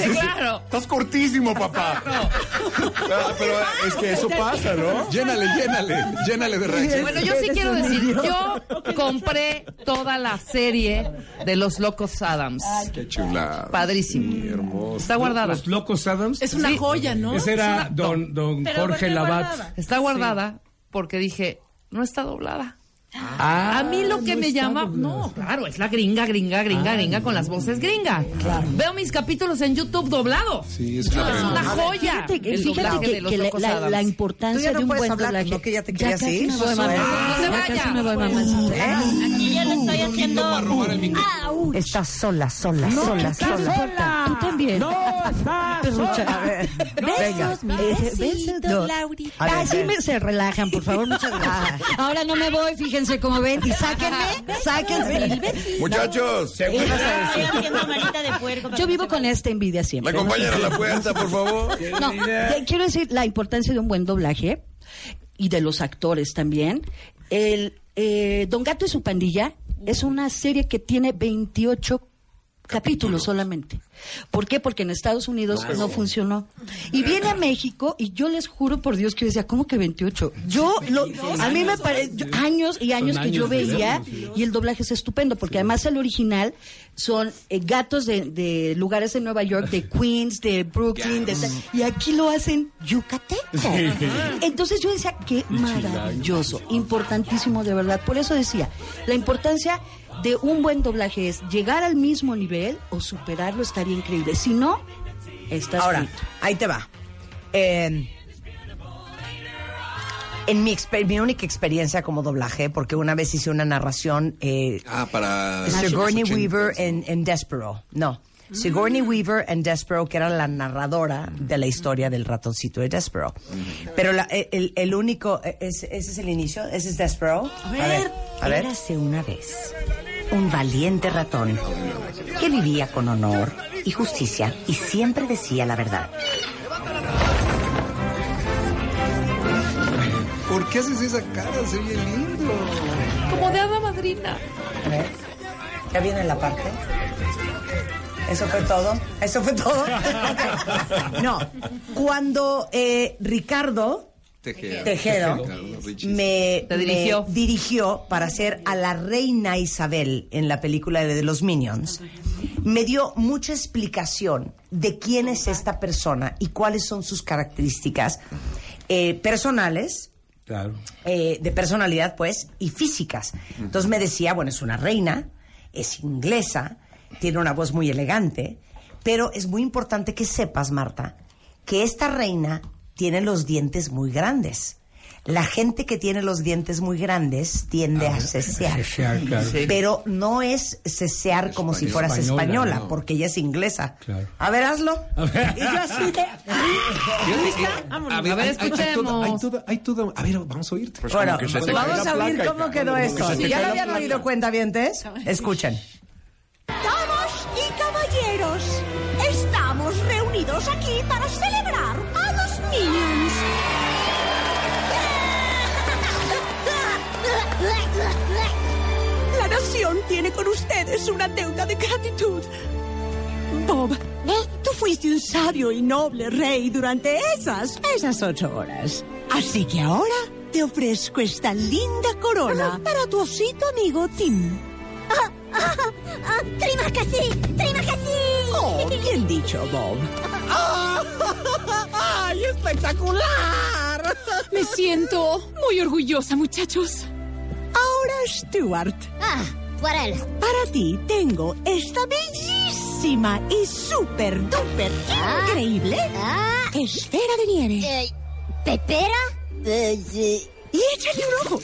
Claro.
Estás cortísimo, papá. Ah, pero es que eso pasa, ¿no?
Llénale, llénale, llénale de reacción.
Bueno, yo sí quiero decir, yo compré toda la serie de Los Locos Adams.
Qué chula.
Padrísimo. Está guardada.
Los Locos Adams.
Es una joya, ¿no?
Ese
Es
era
una-
don, don Jorge Labat.
Está guardada porque dije, no está doblada. a mí lo que me llama, no, claro, es la gringa, gringa, gringa, gringa con las voces gringa. Veo mis capítulos en YouTube doblados.
Sí,
es una Es una
maravilla.
joya.
Fíjate que-
el
fíjate
doblaje
que-
de los
que la-
Locos
la-
Adams.
la importancia Tú ya no de un puedes buen hablar, doblaje. ¿no? Que ya te querías ir.
casi me voy,
Ah,
mamá. No se
ya casi
vaya.
me voy, mamá.
Aquí
Ah,
ya le estoy haciendo.
Estás sola, sola,
No,
sola,
estás
sola.
sola.
Tú también. No, estás
sola.
Eh,
Besos, mi besito, Laurita. Ah, sí me- se relajan, por favor, muchas gracias. Ahora no me voy, fíjense cómo ven. Y sáquenme, sáquenme.
Muchachos,
Estoy haciendo manita de puerco.
Yo vivo con esta envidia siempre.
la compañera a la puerta, por favor.
No, te quiero decir la importancia de un buen doblaje.
y de los actores también. El eh, Don Gato y su pandilla es una serie que tiene 28 Capítulos solamente. ¿Por qué? Porque en Estados Unidos
Claro.
no funcionó. Y viene a México y yo les juro por Dios que yo decía, ¿cómo que 28? Yo, lo- a mí me parece, años y años
Son
que yo
años de
veía
verlos,
y el doblaje es estupendo, porque además el original son eh, gatos de, de lugares de Nueva York, de Queens, de Brooklyn, de tal, y aquí lo hacen yucateco.
Sí.
Entonces yo decía, qué maravilloso, importantísimo de verdad. Por eso decía, la importancia de un buen doblaje es llegar al mismo nivel o superarlo, estaría increíble. Si no, estás
Ahora,
frito.
ahí te va. Eh, en mi, exper- mi única experiencia como doblaje, porque una vez hice una narración, eh,
Ah, para...
Sigourney
Ochenta.
Weaver en, en Despero. No. Sigourney Weaver en Despero, que era la narradora de la historia del ratoncito de Despero. Pero la- el, el único, eh, es- ese es el inicio, ese es Despero. A
ver.
a ver. Érase una vez un valiente ratón que vivía con honor y justicia y siempre decía la verdad.
¿Por qué haces esa cara? Se oye lindo.
Como de hada madrina.
A ver. Ya viene la parte. ¿Eso fue todo? ¿Eso fue todo? Ok. No. Cuando eh, Ricardo
Tejero.
Tejero me, me
Te dirigió.
dirigió para hacer a la reina Isabel en la película de los Minions, me dio mucha explicación de quién es esta persona y cuáles son sus características eh, personales
Claro.
eh, de personalidad, pues, y físicas. Entonces me decía, bueno, es una reina, es inglesa, tiene una voz muy elegante, pero es muy importante que sepas, Marta, que esta reina tiene los dientes muy grandes. La gente que tiene los dientes muy grandes tiende a cesear.
cesear, claro. Ah, Sí.
Pero no es cesear como si fueras
Española,
española,
no.
porque ella es inglesa.
Claro.
A ver, hazlo. Y yo así de-
A ver, hay- hay- hay toda- hay toda- hay toda- A ver, vamos a oírte. Pues
bueno, vamos a oír cómo quedó
esto.
esto. Si ya lo habían oído cuenta vientes, escuchen.
Damas y caballeros, estamos reunidos aquí para celebrar a los Minions. La nación tiene con ustedes una deuda de gratitud. Bob, tú fuiste un sabio y noble rey durante esas, esas ocho horas. Así que ahora te ofrezco esta linda corona Ah, para tu osito amigo Tim.
Ah, ¡Trima que ah, sí! ¡Trima que sí!
Oh, bien dicho, Bob.
¡Ay, espectacular! Me siento muy orgullosa, muchachos.
Ahora, Stuart.
Ah,
Para ti tengo esta bellísima y súper duper increíble esfera de nieve.
Eh,
Eh,
¿Pepera?
Y échale un ojo.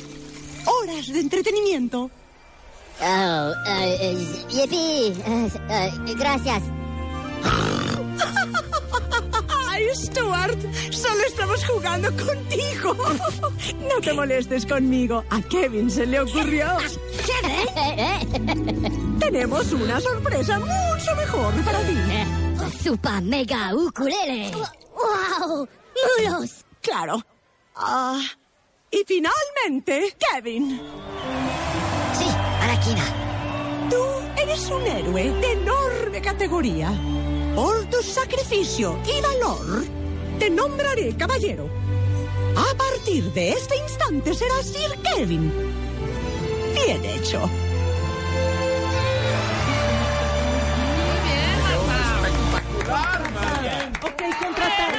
Horas de entretenimiento.
Oh, eh, eh, yipi. Eh, eh, gracias.
Ay, Stuart, solo estamos jugando contigo. No te molestes conmigo. A Kevin se le ocurrió. Tenemos una sorpresa mucho mejor para ti.
Supa mega ukulele. ¡Wow! ¡Mulos!
Claro. Ah, y finalmente, Kevin.
Sí, Araquina.
Tú eres un héroe de enorme categoría. Por tu sacrificio y valor, te nombraré caballero. A partir de este instante serás Sir Kevin. Bien hecho.
Ok, contratar.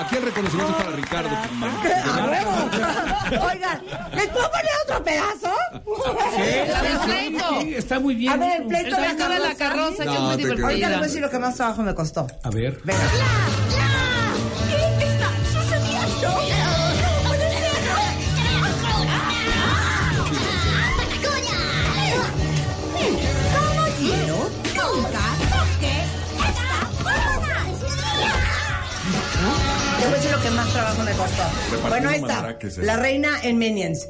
Aquí el reconocimiento es para Ricardo.
Oigan, ¿les puedo poner otro pedazo?
Sí, Está muy bien.
A ver, el
eso.
pleito,
El pleito de la carroza, que es muy No, te creo. divertida.
Ahorita les voy a decir lo que más trabajo me costó.
A ver.
¿Qué está sucediendo? ¡No puede ser! Caballero, nunca toque esta
Te voy a decir lo que más trabajo me costó.
Repartir
Bueno, ahí está.
madraques, eh.
La reina en Minions.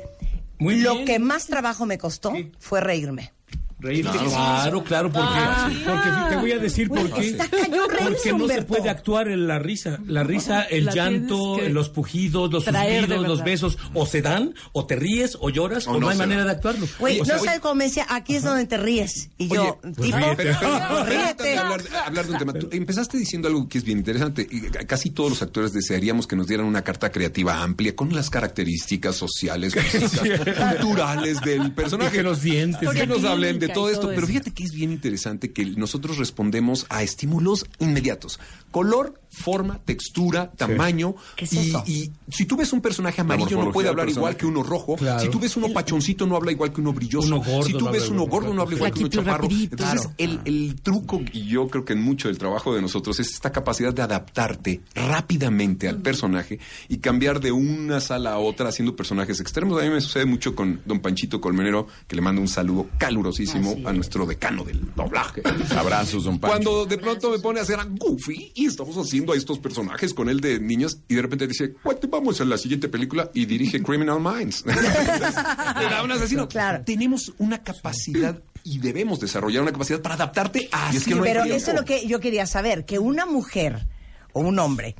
lo que más trabajo me costó fue reírme.
Reírte,
Claro.
claro, claro, porque,
Ah, sí.
porque te voy a decir por
Bueno,
qué.
está cañón reírse,
Porque no se
Humberto.
puede actuar en la risa. La risa, el
La tienes
llanto,
que
los pujidos, los
traer de
suspiros, los
verdad.
besos, o se dan, o te ríes, o lloras,
O
o,
no
no hay
se
manera de actuarlo.
Güey,
O sea,
no sabes cómo me decía, aquí es donde te ríes. Y yo,
Oye,
tipo,
pero- pero- pero-
ríete.
hablar, de- hablar de un tema. Tú empezaste diciendo algo que es bien interesante. Y ca- Casi todos los actores desearíamos que nos dieran una carta creativa amplia con las características sociales, físicas, culturales del personaje.
Y que los dientes.
Que
Historia
nos hablen de
clínica y
todo esto.
todo
Pero
eso.
fíjate que es bien interesante que nosotros respondemos a estímulos inmediatos. Color, forma, textura, tamaño. y, y si tú ves un personaje amarillo no
morfología
puede
del
hablar igual
personaje.
que uno rojo.
Claro.
Si tú ves uno pachoncito no habla igual que uno brilloso.
Uno gordo
si tú
no
ves
habla
uno
igual que
gordo no habla igual que uno
Flaquito y
chaparro.
rapidito.
Entonces
Claro.
el, el truco, y yo creo que en mucho del trabajo de nosotros, es esta capacidad de adaptarte rápidamente al personaje y cambiar de una sala a otra haciendo personajes extremos. A mí me sucede mucho con don Panchito Colmenero, que le mando un saludo calurosísimo a nuestro decano del doblaje.
Abrazos, don Pancho.
Cuando de pronto me pone a hacer a Goofy y estamos haciendo a estos personajes con él de niños y de repente dice, "What, vamos a la siguiente película y dirige Criminal Minds. Era un asesino. Tenemos una capacidad y debemos desarrollar una capacidad para adaptarte a...
Sí, pero eso es lo que yo quería saber, que una mujer o un hombre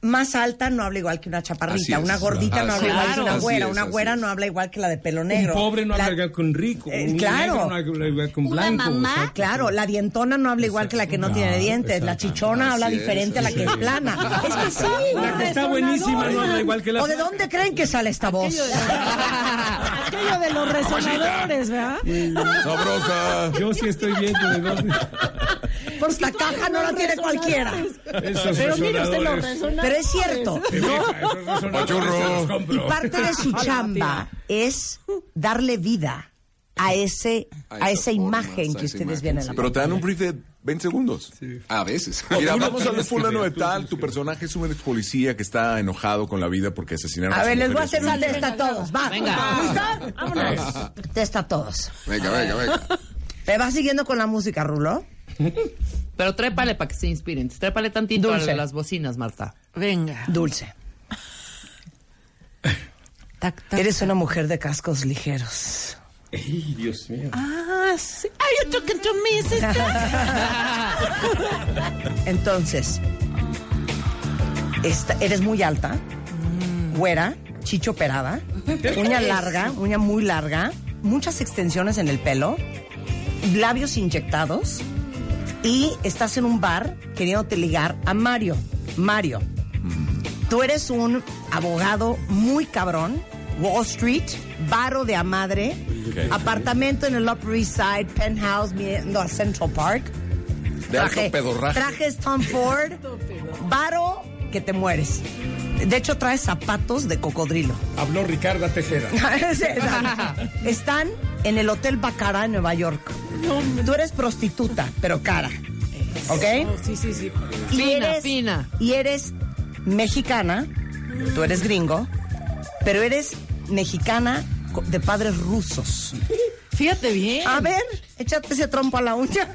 más alta no habla igual que una
Así
chaparrita,
es.
una gordita no
Así
habla igual
es,
que una
así
güera,
es,
una
así
güera no habla igual que la de pelo
un
negro.
pobre no
La-
habla igual que un rico.
Eh,
un
claro.
negro no habla igual que un blanco. o sea,
claro, la dientona no habla igual que la que no tiene dientes, la chichona habla diferente a la que es plana. Es que sí,
La que está buenísima no habla igual que la
¿O de dónde creen que sale esta voz?
Aquello de los resonadores, ¿verdad?
Sabrosa. Yo sí estoy viendo de dónde.
Por esta caja no pues la tiene cualquiera.
Esos Pero mire usted los resonadores. resonadores.
Pero es cierto.
Te deja, esos resonadores te los
Y
compro.
parte de su chamba es darle vida a ese a esa imagen que ustedes ven en la
Pero te dan un brief de 20 segundos.
A veces.
Mira,
Tú no
vamos a ver
tienes que
fulano de
ver, tú
tal, tu personaje es un ex policía que está enojado con la vida porque asesinaron
A
sus
ver, les voy a
mujeres.
hacer un test a todos. Va.
Venga.
¿Listo? Vámonos. Test a todos.
Venga, venga, venga.
¿Te vas siguiendo con la música, Rulo?
Pero trépale para que se inspiren. Trépale tantito
Dulce.
a las bocinas, Marta. Venga.
Dulce. Eres una mujer de cascos ligeros.
Ey, Dios mío.
Ah, sí. Are you talking to me, sister?
Entonces, esta- eres muy alta, güera, chicho operada, uña
Mm. Eso.
larga, uña muy larga, muchas extensiones en el pelo, labios inyectados y estás en un bar queriéndote ligar a Mario. Mario,
Mm.
tú eres un abogado muy cabrón, Wall Street, baro de a madre,
Ok.
apartamento en el Upper East Side, penthouse viendo a Central Park.
De alto pedorraje.
Trajes Tom Ford. Varo, que te mueres. De hecho, traes zapatos de cocodrilo.
Habló Ricarda Tejera.
Es esa. Están en el Hotel Bacara en Nueva York. Tú eres prostituta, pero cara. ¿Ok?
Sí, sí, sí.
Y
Fina,
eres-
fina.
Y eres mexicana, tú eres gringo, pero eres mexicana co- de padres rusos.
Fíjate bien.
A ver, échate ese trompo a la uña.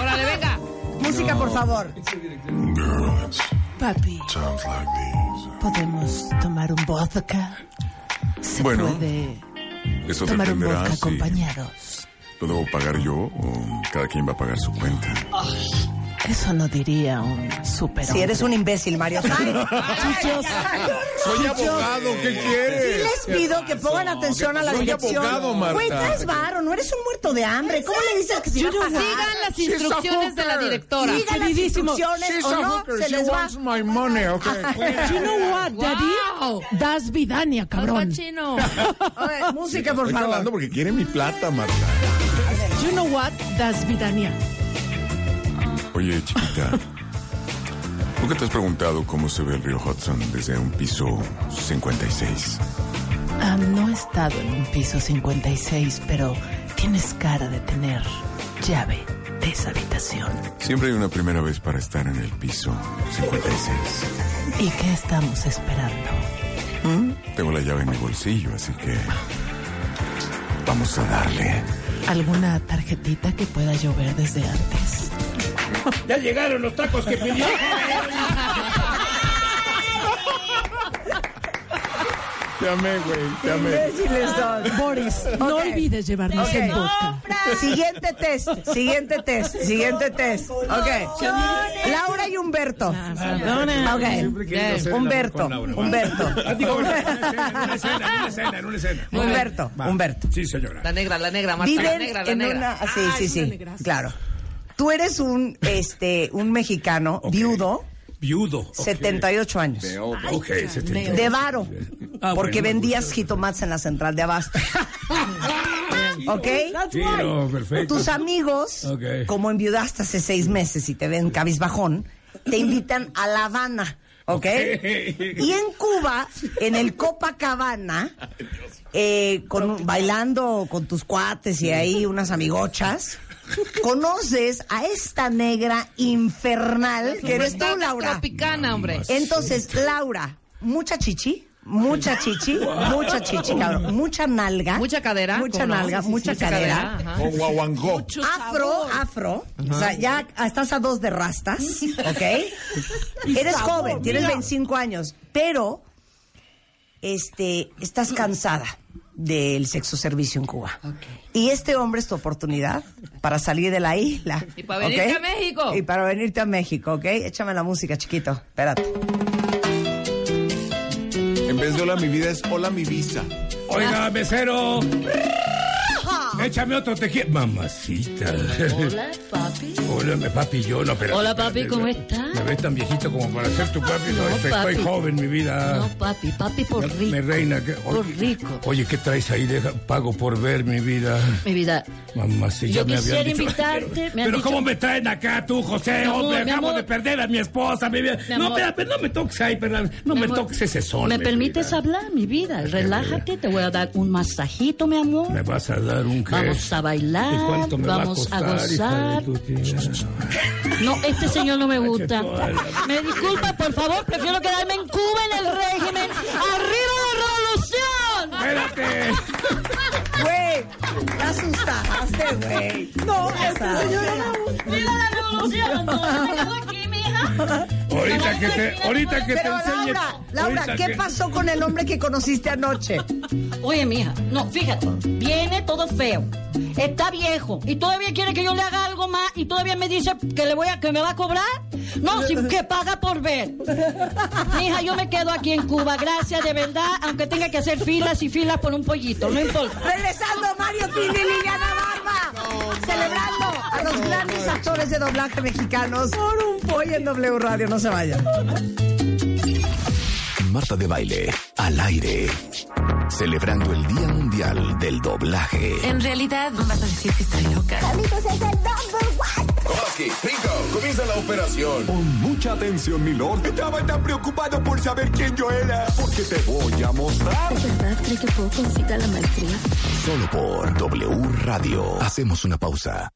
Órale, venga.
Música, por favor.
Papi, ¿podemos tomar un vodka? Se
Bueno,
puede
Eso
tomar un
dependerá
vodka
si
acompañados.
lo debo pagar yo o cada quien va a pagar su cuenta.
Eso no diría un super.
Si eres un imbécil, Mario. Chichos.
Soy abogado, ¿qué quieres?
Sí les pido que pongan atención a la
Soy
dirección.
abogado, Marta.
Güey, traes varo, no eres un muerto de hambre. ¿Cómo le dices que si va a pagar?
Sigan las instrucciones de la directora.
Sigan las instrucciones o no, se les va.
my money,
You know what, daddy? Das vidania, cabrón.
A ver, música, por
Estoy
favor.
hablando porque quiere mi plata, Marta.
You know what, das vidania.
Oye, chiquita, ¿nunca te has preguntado cómo se ve el río Hudson desde un piso 56?
Ah, no he estado en un piso 56, pero tienes cara de tener llave de esa habitación.
Siempre hay una primera vez para estar en el piso 56.
¿Y qué estamos esperando? ¿Mm?
Tengo la llave en mi bolsillo, así que vamos a darle.
¿Alguna tarjetita que pueda llover desde antes?
Ya llegaron los tacos que pidió.
Te amé, güey. Te amé.
Imbéciles son.
Boris, no
Ok.
olvides llevarnos
Ok.
el vodka.
Siguiente test, siguiente test, siguiente test. Ok. Laura y Humberto.
Laura.
Ok.
Siempre he querido hacer el amor
Humberto.
con Laura.
Humberto.
Ah, digo, en una escena, en una escena, en una escena.
Humberto,
Va.
Humberto.
Sí, señora.
La negra, la negra, Marta, la
Viven
negra, la
en
negra.
una. ah, Sí,
Ah,
sí,
es una
sí.
negraza.
Claro. Tú eres un, este, un mexicano viudo,
Viudo. ok.
78 años.
Veo, veo. Ok, 78.
De varo.
Este, Ah,
porque
bueno, me
vendías jitomates en la central de abasto. ¿Ok?
Sí, no, perfecto.
Tus amigos,
Ok.
como enviudaste hace seis meses y te ven cabizbajón, te invitan a La Habana. ¿Ok? Y en Cuba, en el Copacabana, eh, con un- bailando con tus cuates y ahí unas amigochas, conoces a esta negra infernal que eres tú, Laura.
Tropicana, hombre.
Entonces, Laura, mucha chichi. Mucha chichi, mucha chichi, cabrón. Mucha nalga. Mucha cadera. Mucha
¿cómo no?
nalga,
Sí, sí,
mucha
mucha
cadera.
cadera,
Con guaguangó.
Afro, afro. O sea, ya estás a dos de rastas, ¿ok? Eres
sabor,
joven, tienes
mira.
25 años, pero este, estás cansada del sexo servicio en Cuba. Y este hombre es tu oportunidad para salir de la isla.
Y para venirte
¿ok?
a México.
Y para venirte a México, ¿ok? Échame la música, chiquito. Espérate.
En vez de hola mi vida es hola mi visa.
Oiga, mesero. Échame otro tequila. Mamacita.
Hola, papi.
Hola, me- papi, yo no, pero.
Hola, papi, ¿cómo estás?
Me ves tan viejito como para ser tu papi. No,
No,
estoy, estoy
papi.
joven, mi vida.
No, papi, papi por
Me-
rico.
Me reina. que-
Por rico.
Oye, ¿qué traes ahí? Deja- pago por ver mi vida.
Mi vida,
Mamacita,
yo
me habían
quisiera
dicho.
invitarte. Me han
Pero
dicho-
¿cómo me traen acá tú, José?
Mi amor,
hombre,
mi
acabo
amor.
de perder a mi esposa, mi vida.
Mi
no,
amor.
espérate, no me toques ahí, perdón. No
Mi
me
amor,
toques ese sol.
¿Me
mi
permites
vida.
hablar, mi vida? Relájate, te voy a dar un masajito, mi amor.
Me vas a dar un qué?
Vamos a bailar,
¿Y cuánto me
vamos
va
a
a, costar, hija
gozar.
de tu tía?
No, este señor no me gusta.
Cachetola.
Me disculpa, por favor, prefiero quedarme en Cuba en el régimen. ¡Arriba la revolución!
Espérate.
Güey, te asustaste, güey.
No, este
esta señora
¡Viva la revolución! No, me quedo aquí, mija.
Ahorita que te, ahorita que te
Pero
enseñe.
Laura, Laura,
ahorita
¿qué
que-
pasó con el hombre que conociste anoche?
Oye, mija, no, fíjate, viene todo feo. Está viejo y todavía quiere que yo le haga algo más y todavía me dice que le voy a que me va a cobrar. No, si, que paga por ver. Mija, yo me quedo aquí en Cuba, gracias de verdad, aunque tenga que hacer filas y filas por un pollito, no importa.
Regresando Mario Tini y Ana Barba. celebrando a los grandes actores de doblaje mexicanos por un pollo en W Radio. No se vayan.
Marta de Baile, al aire. Celebrando el Día Mundial del Doblaje.
En realidad, vas a decir que estoy loca.
Amigos, es el number one.
¡oh,
Kowalski, Rico, comienza la operación.
Con mucha atención, mi lord. Estaba tan preocupado por saber quién yo era. Porque te voy a mostrar.
¿De verdad cree que puedo conseguir la maestría?
Solo por W Radio. Hacemos una pausa.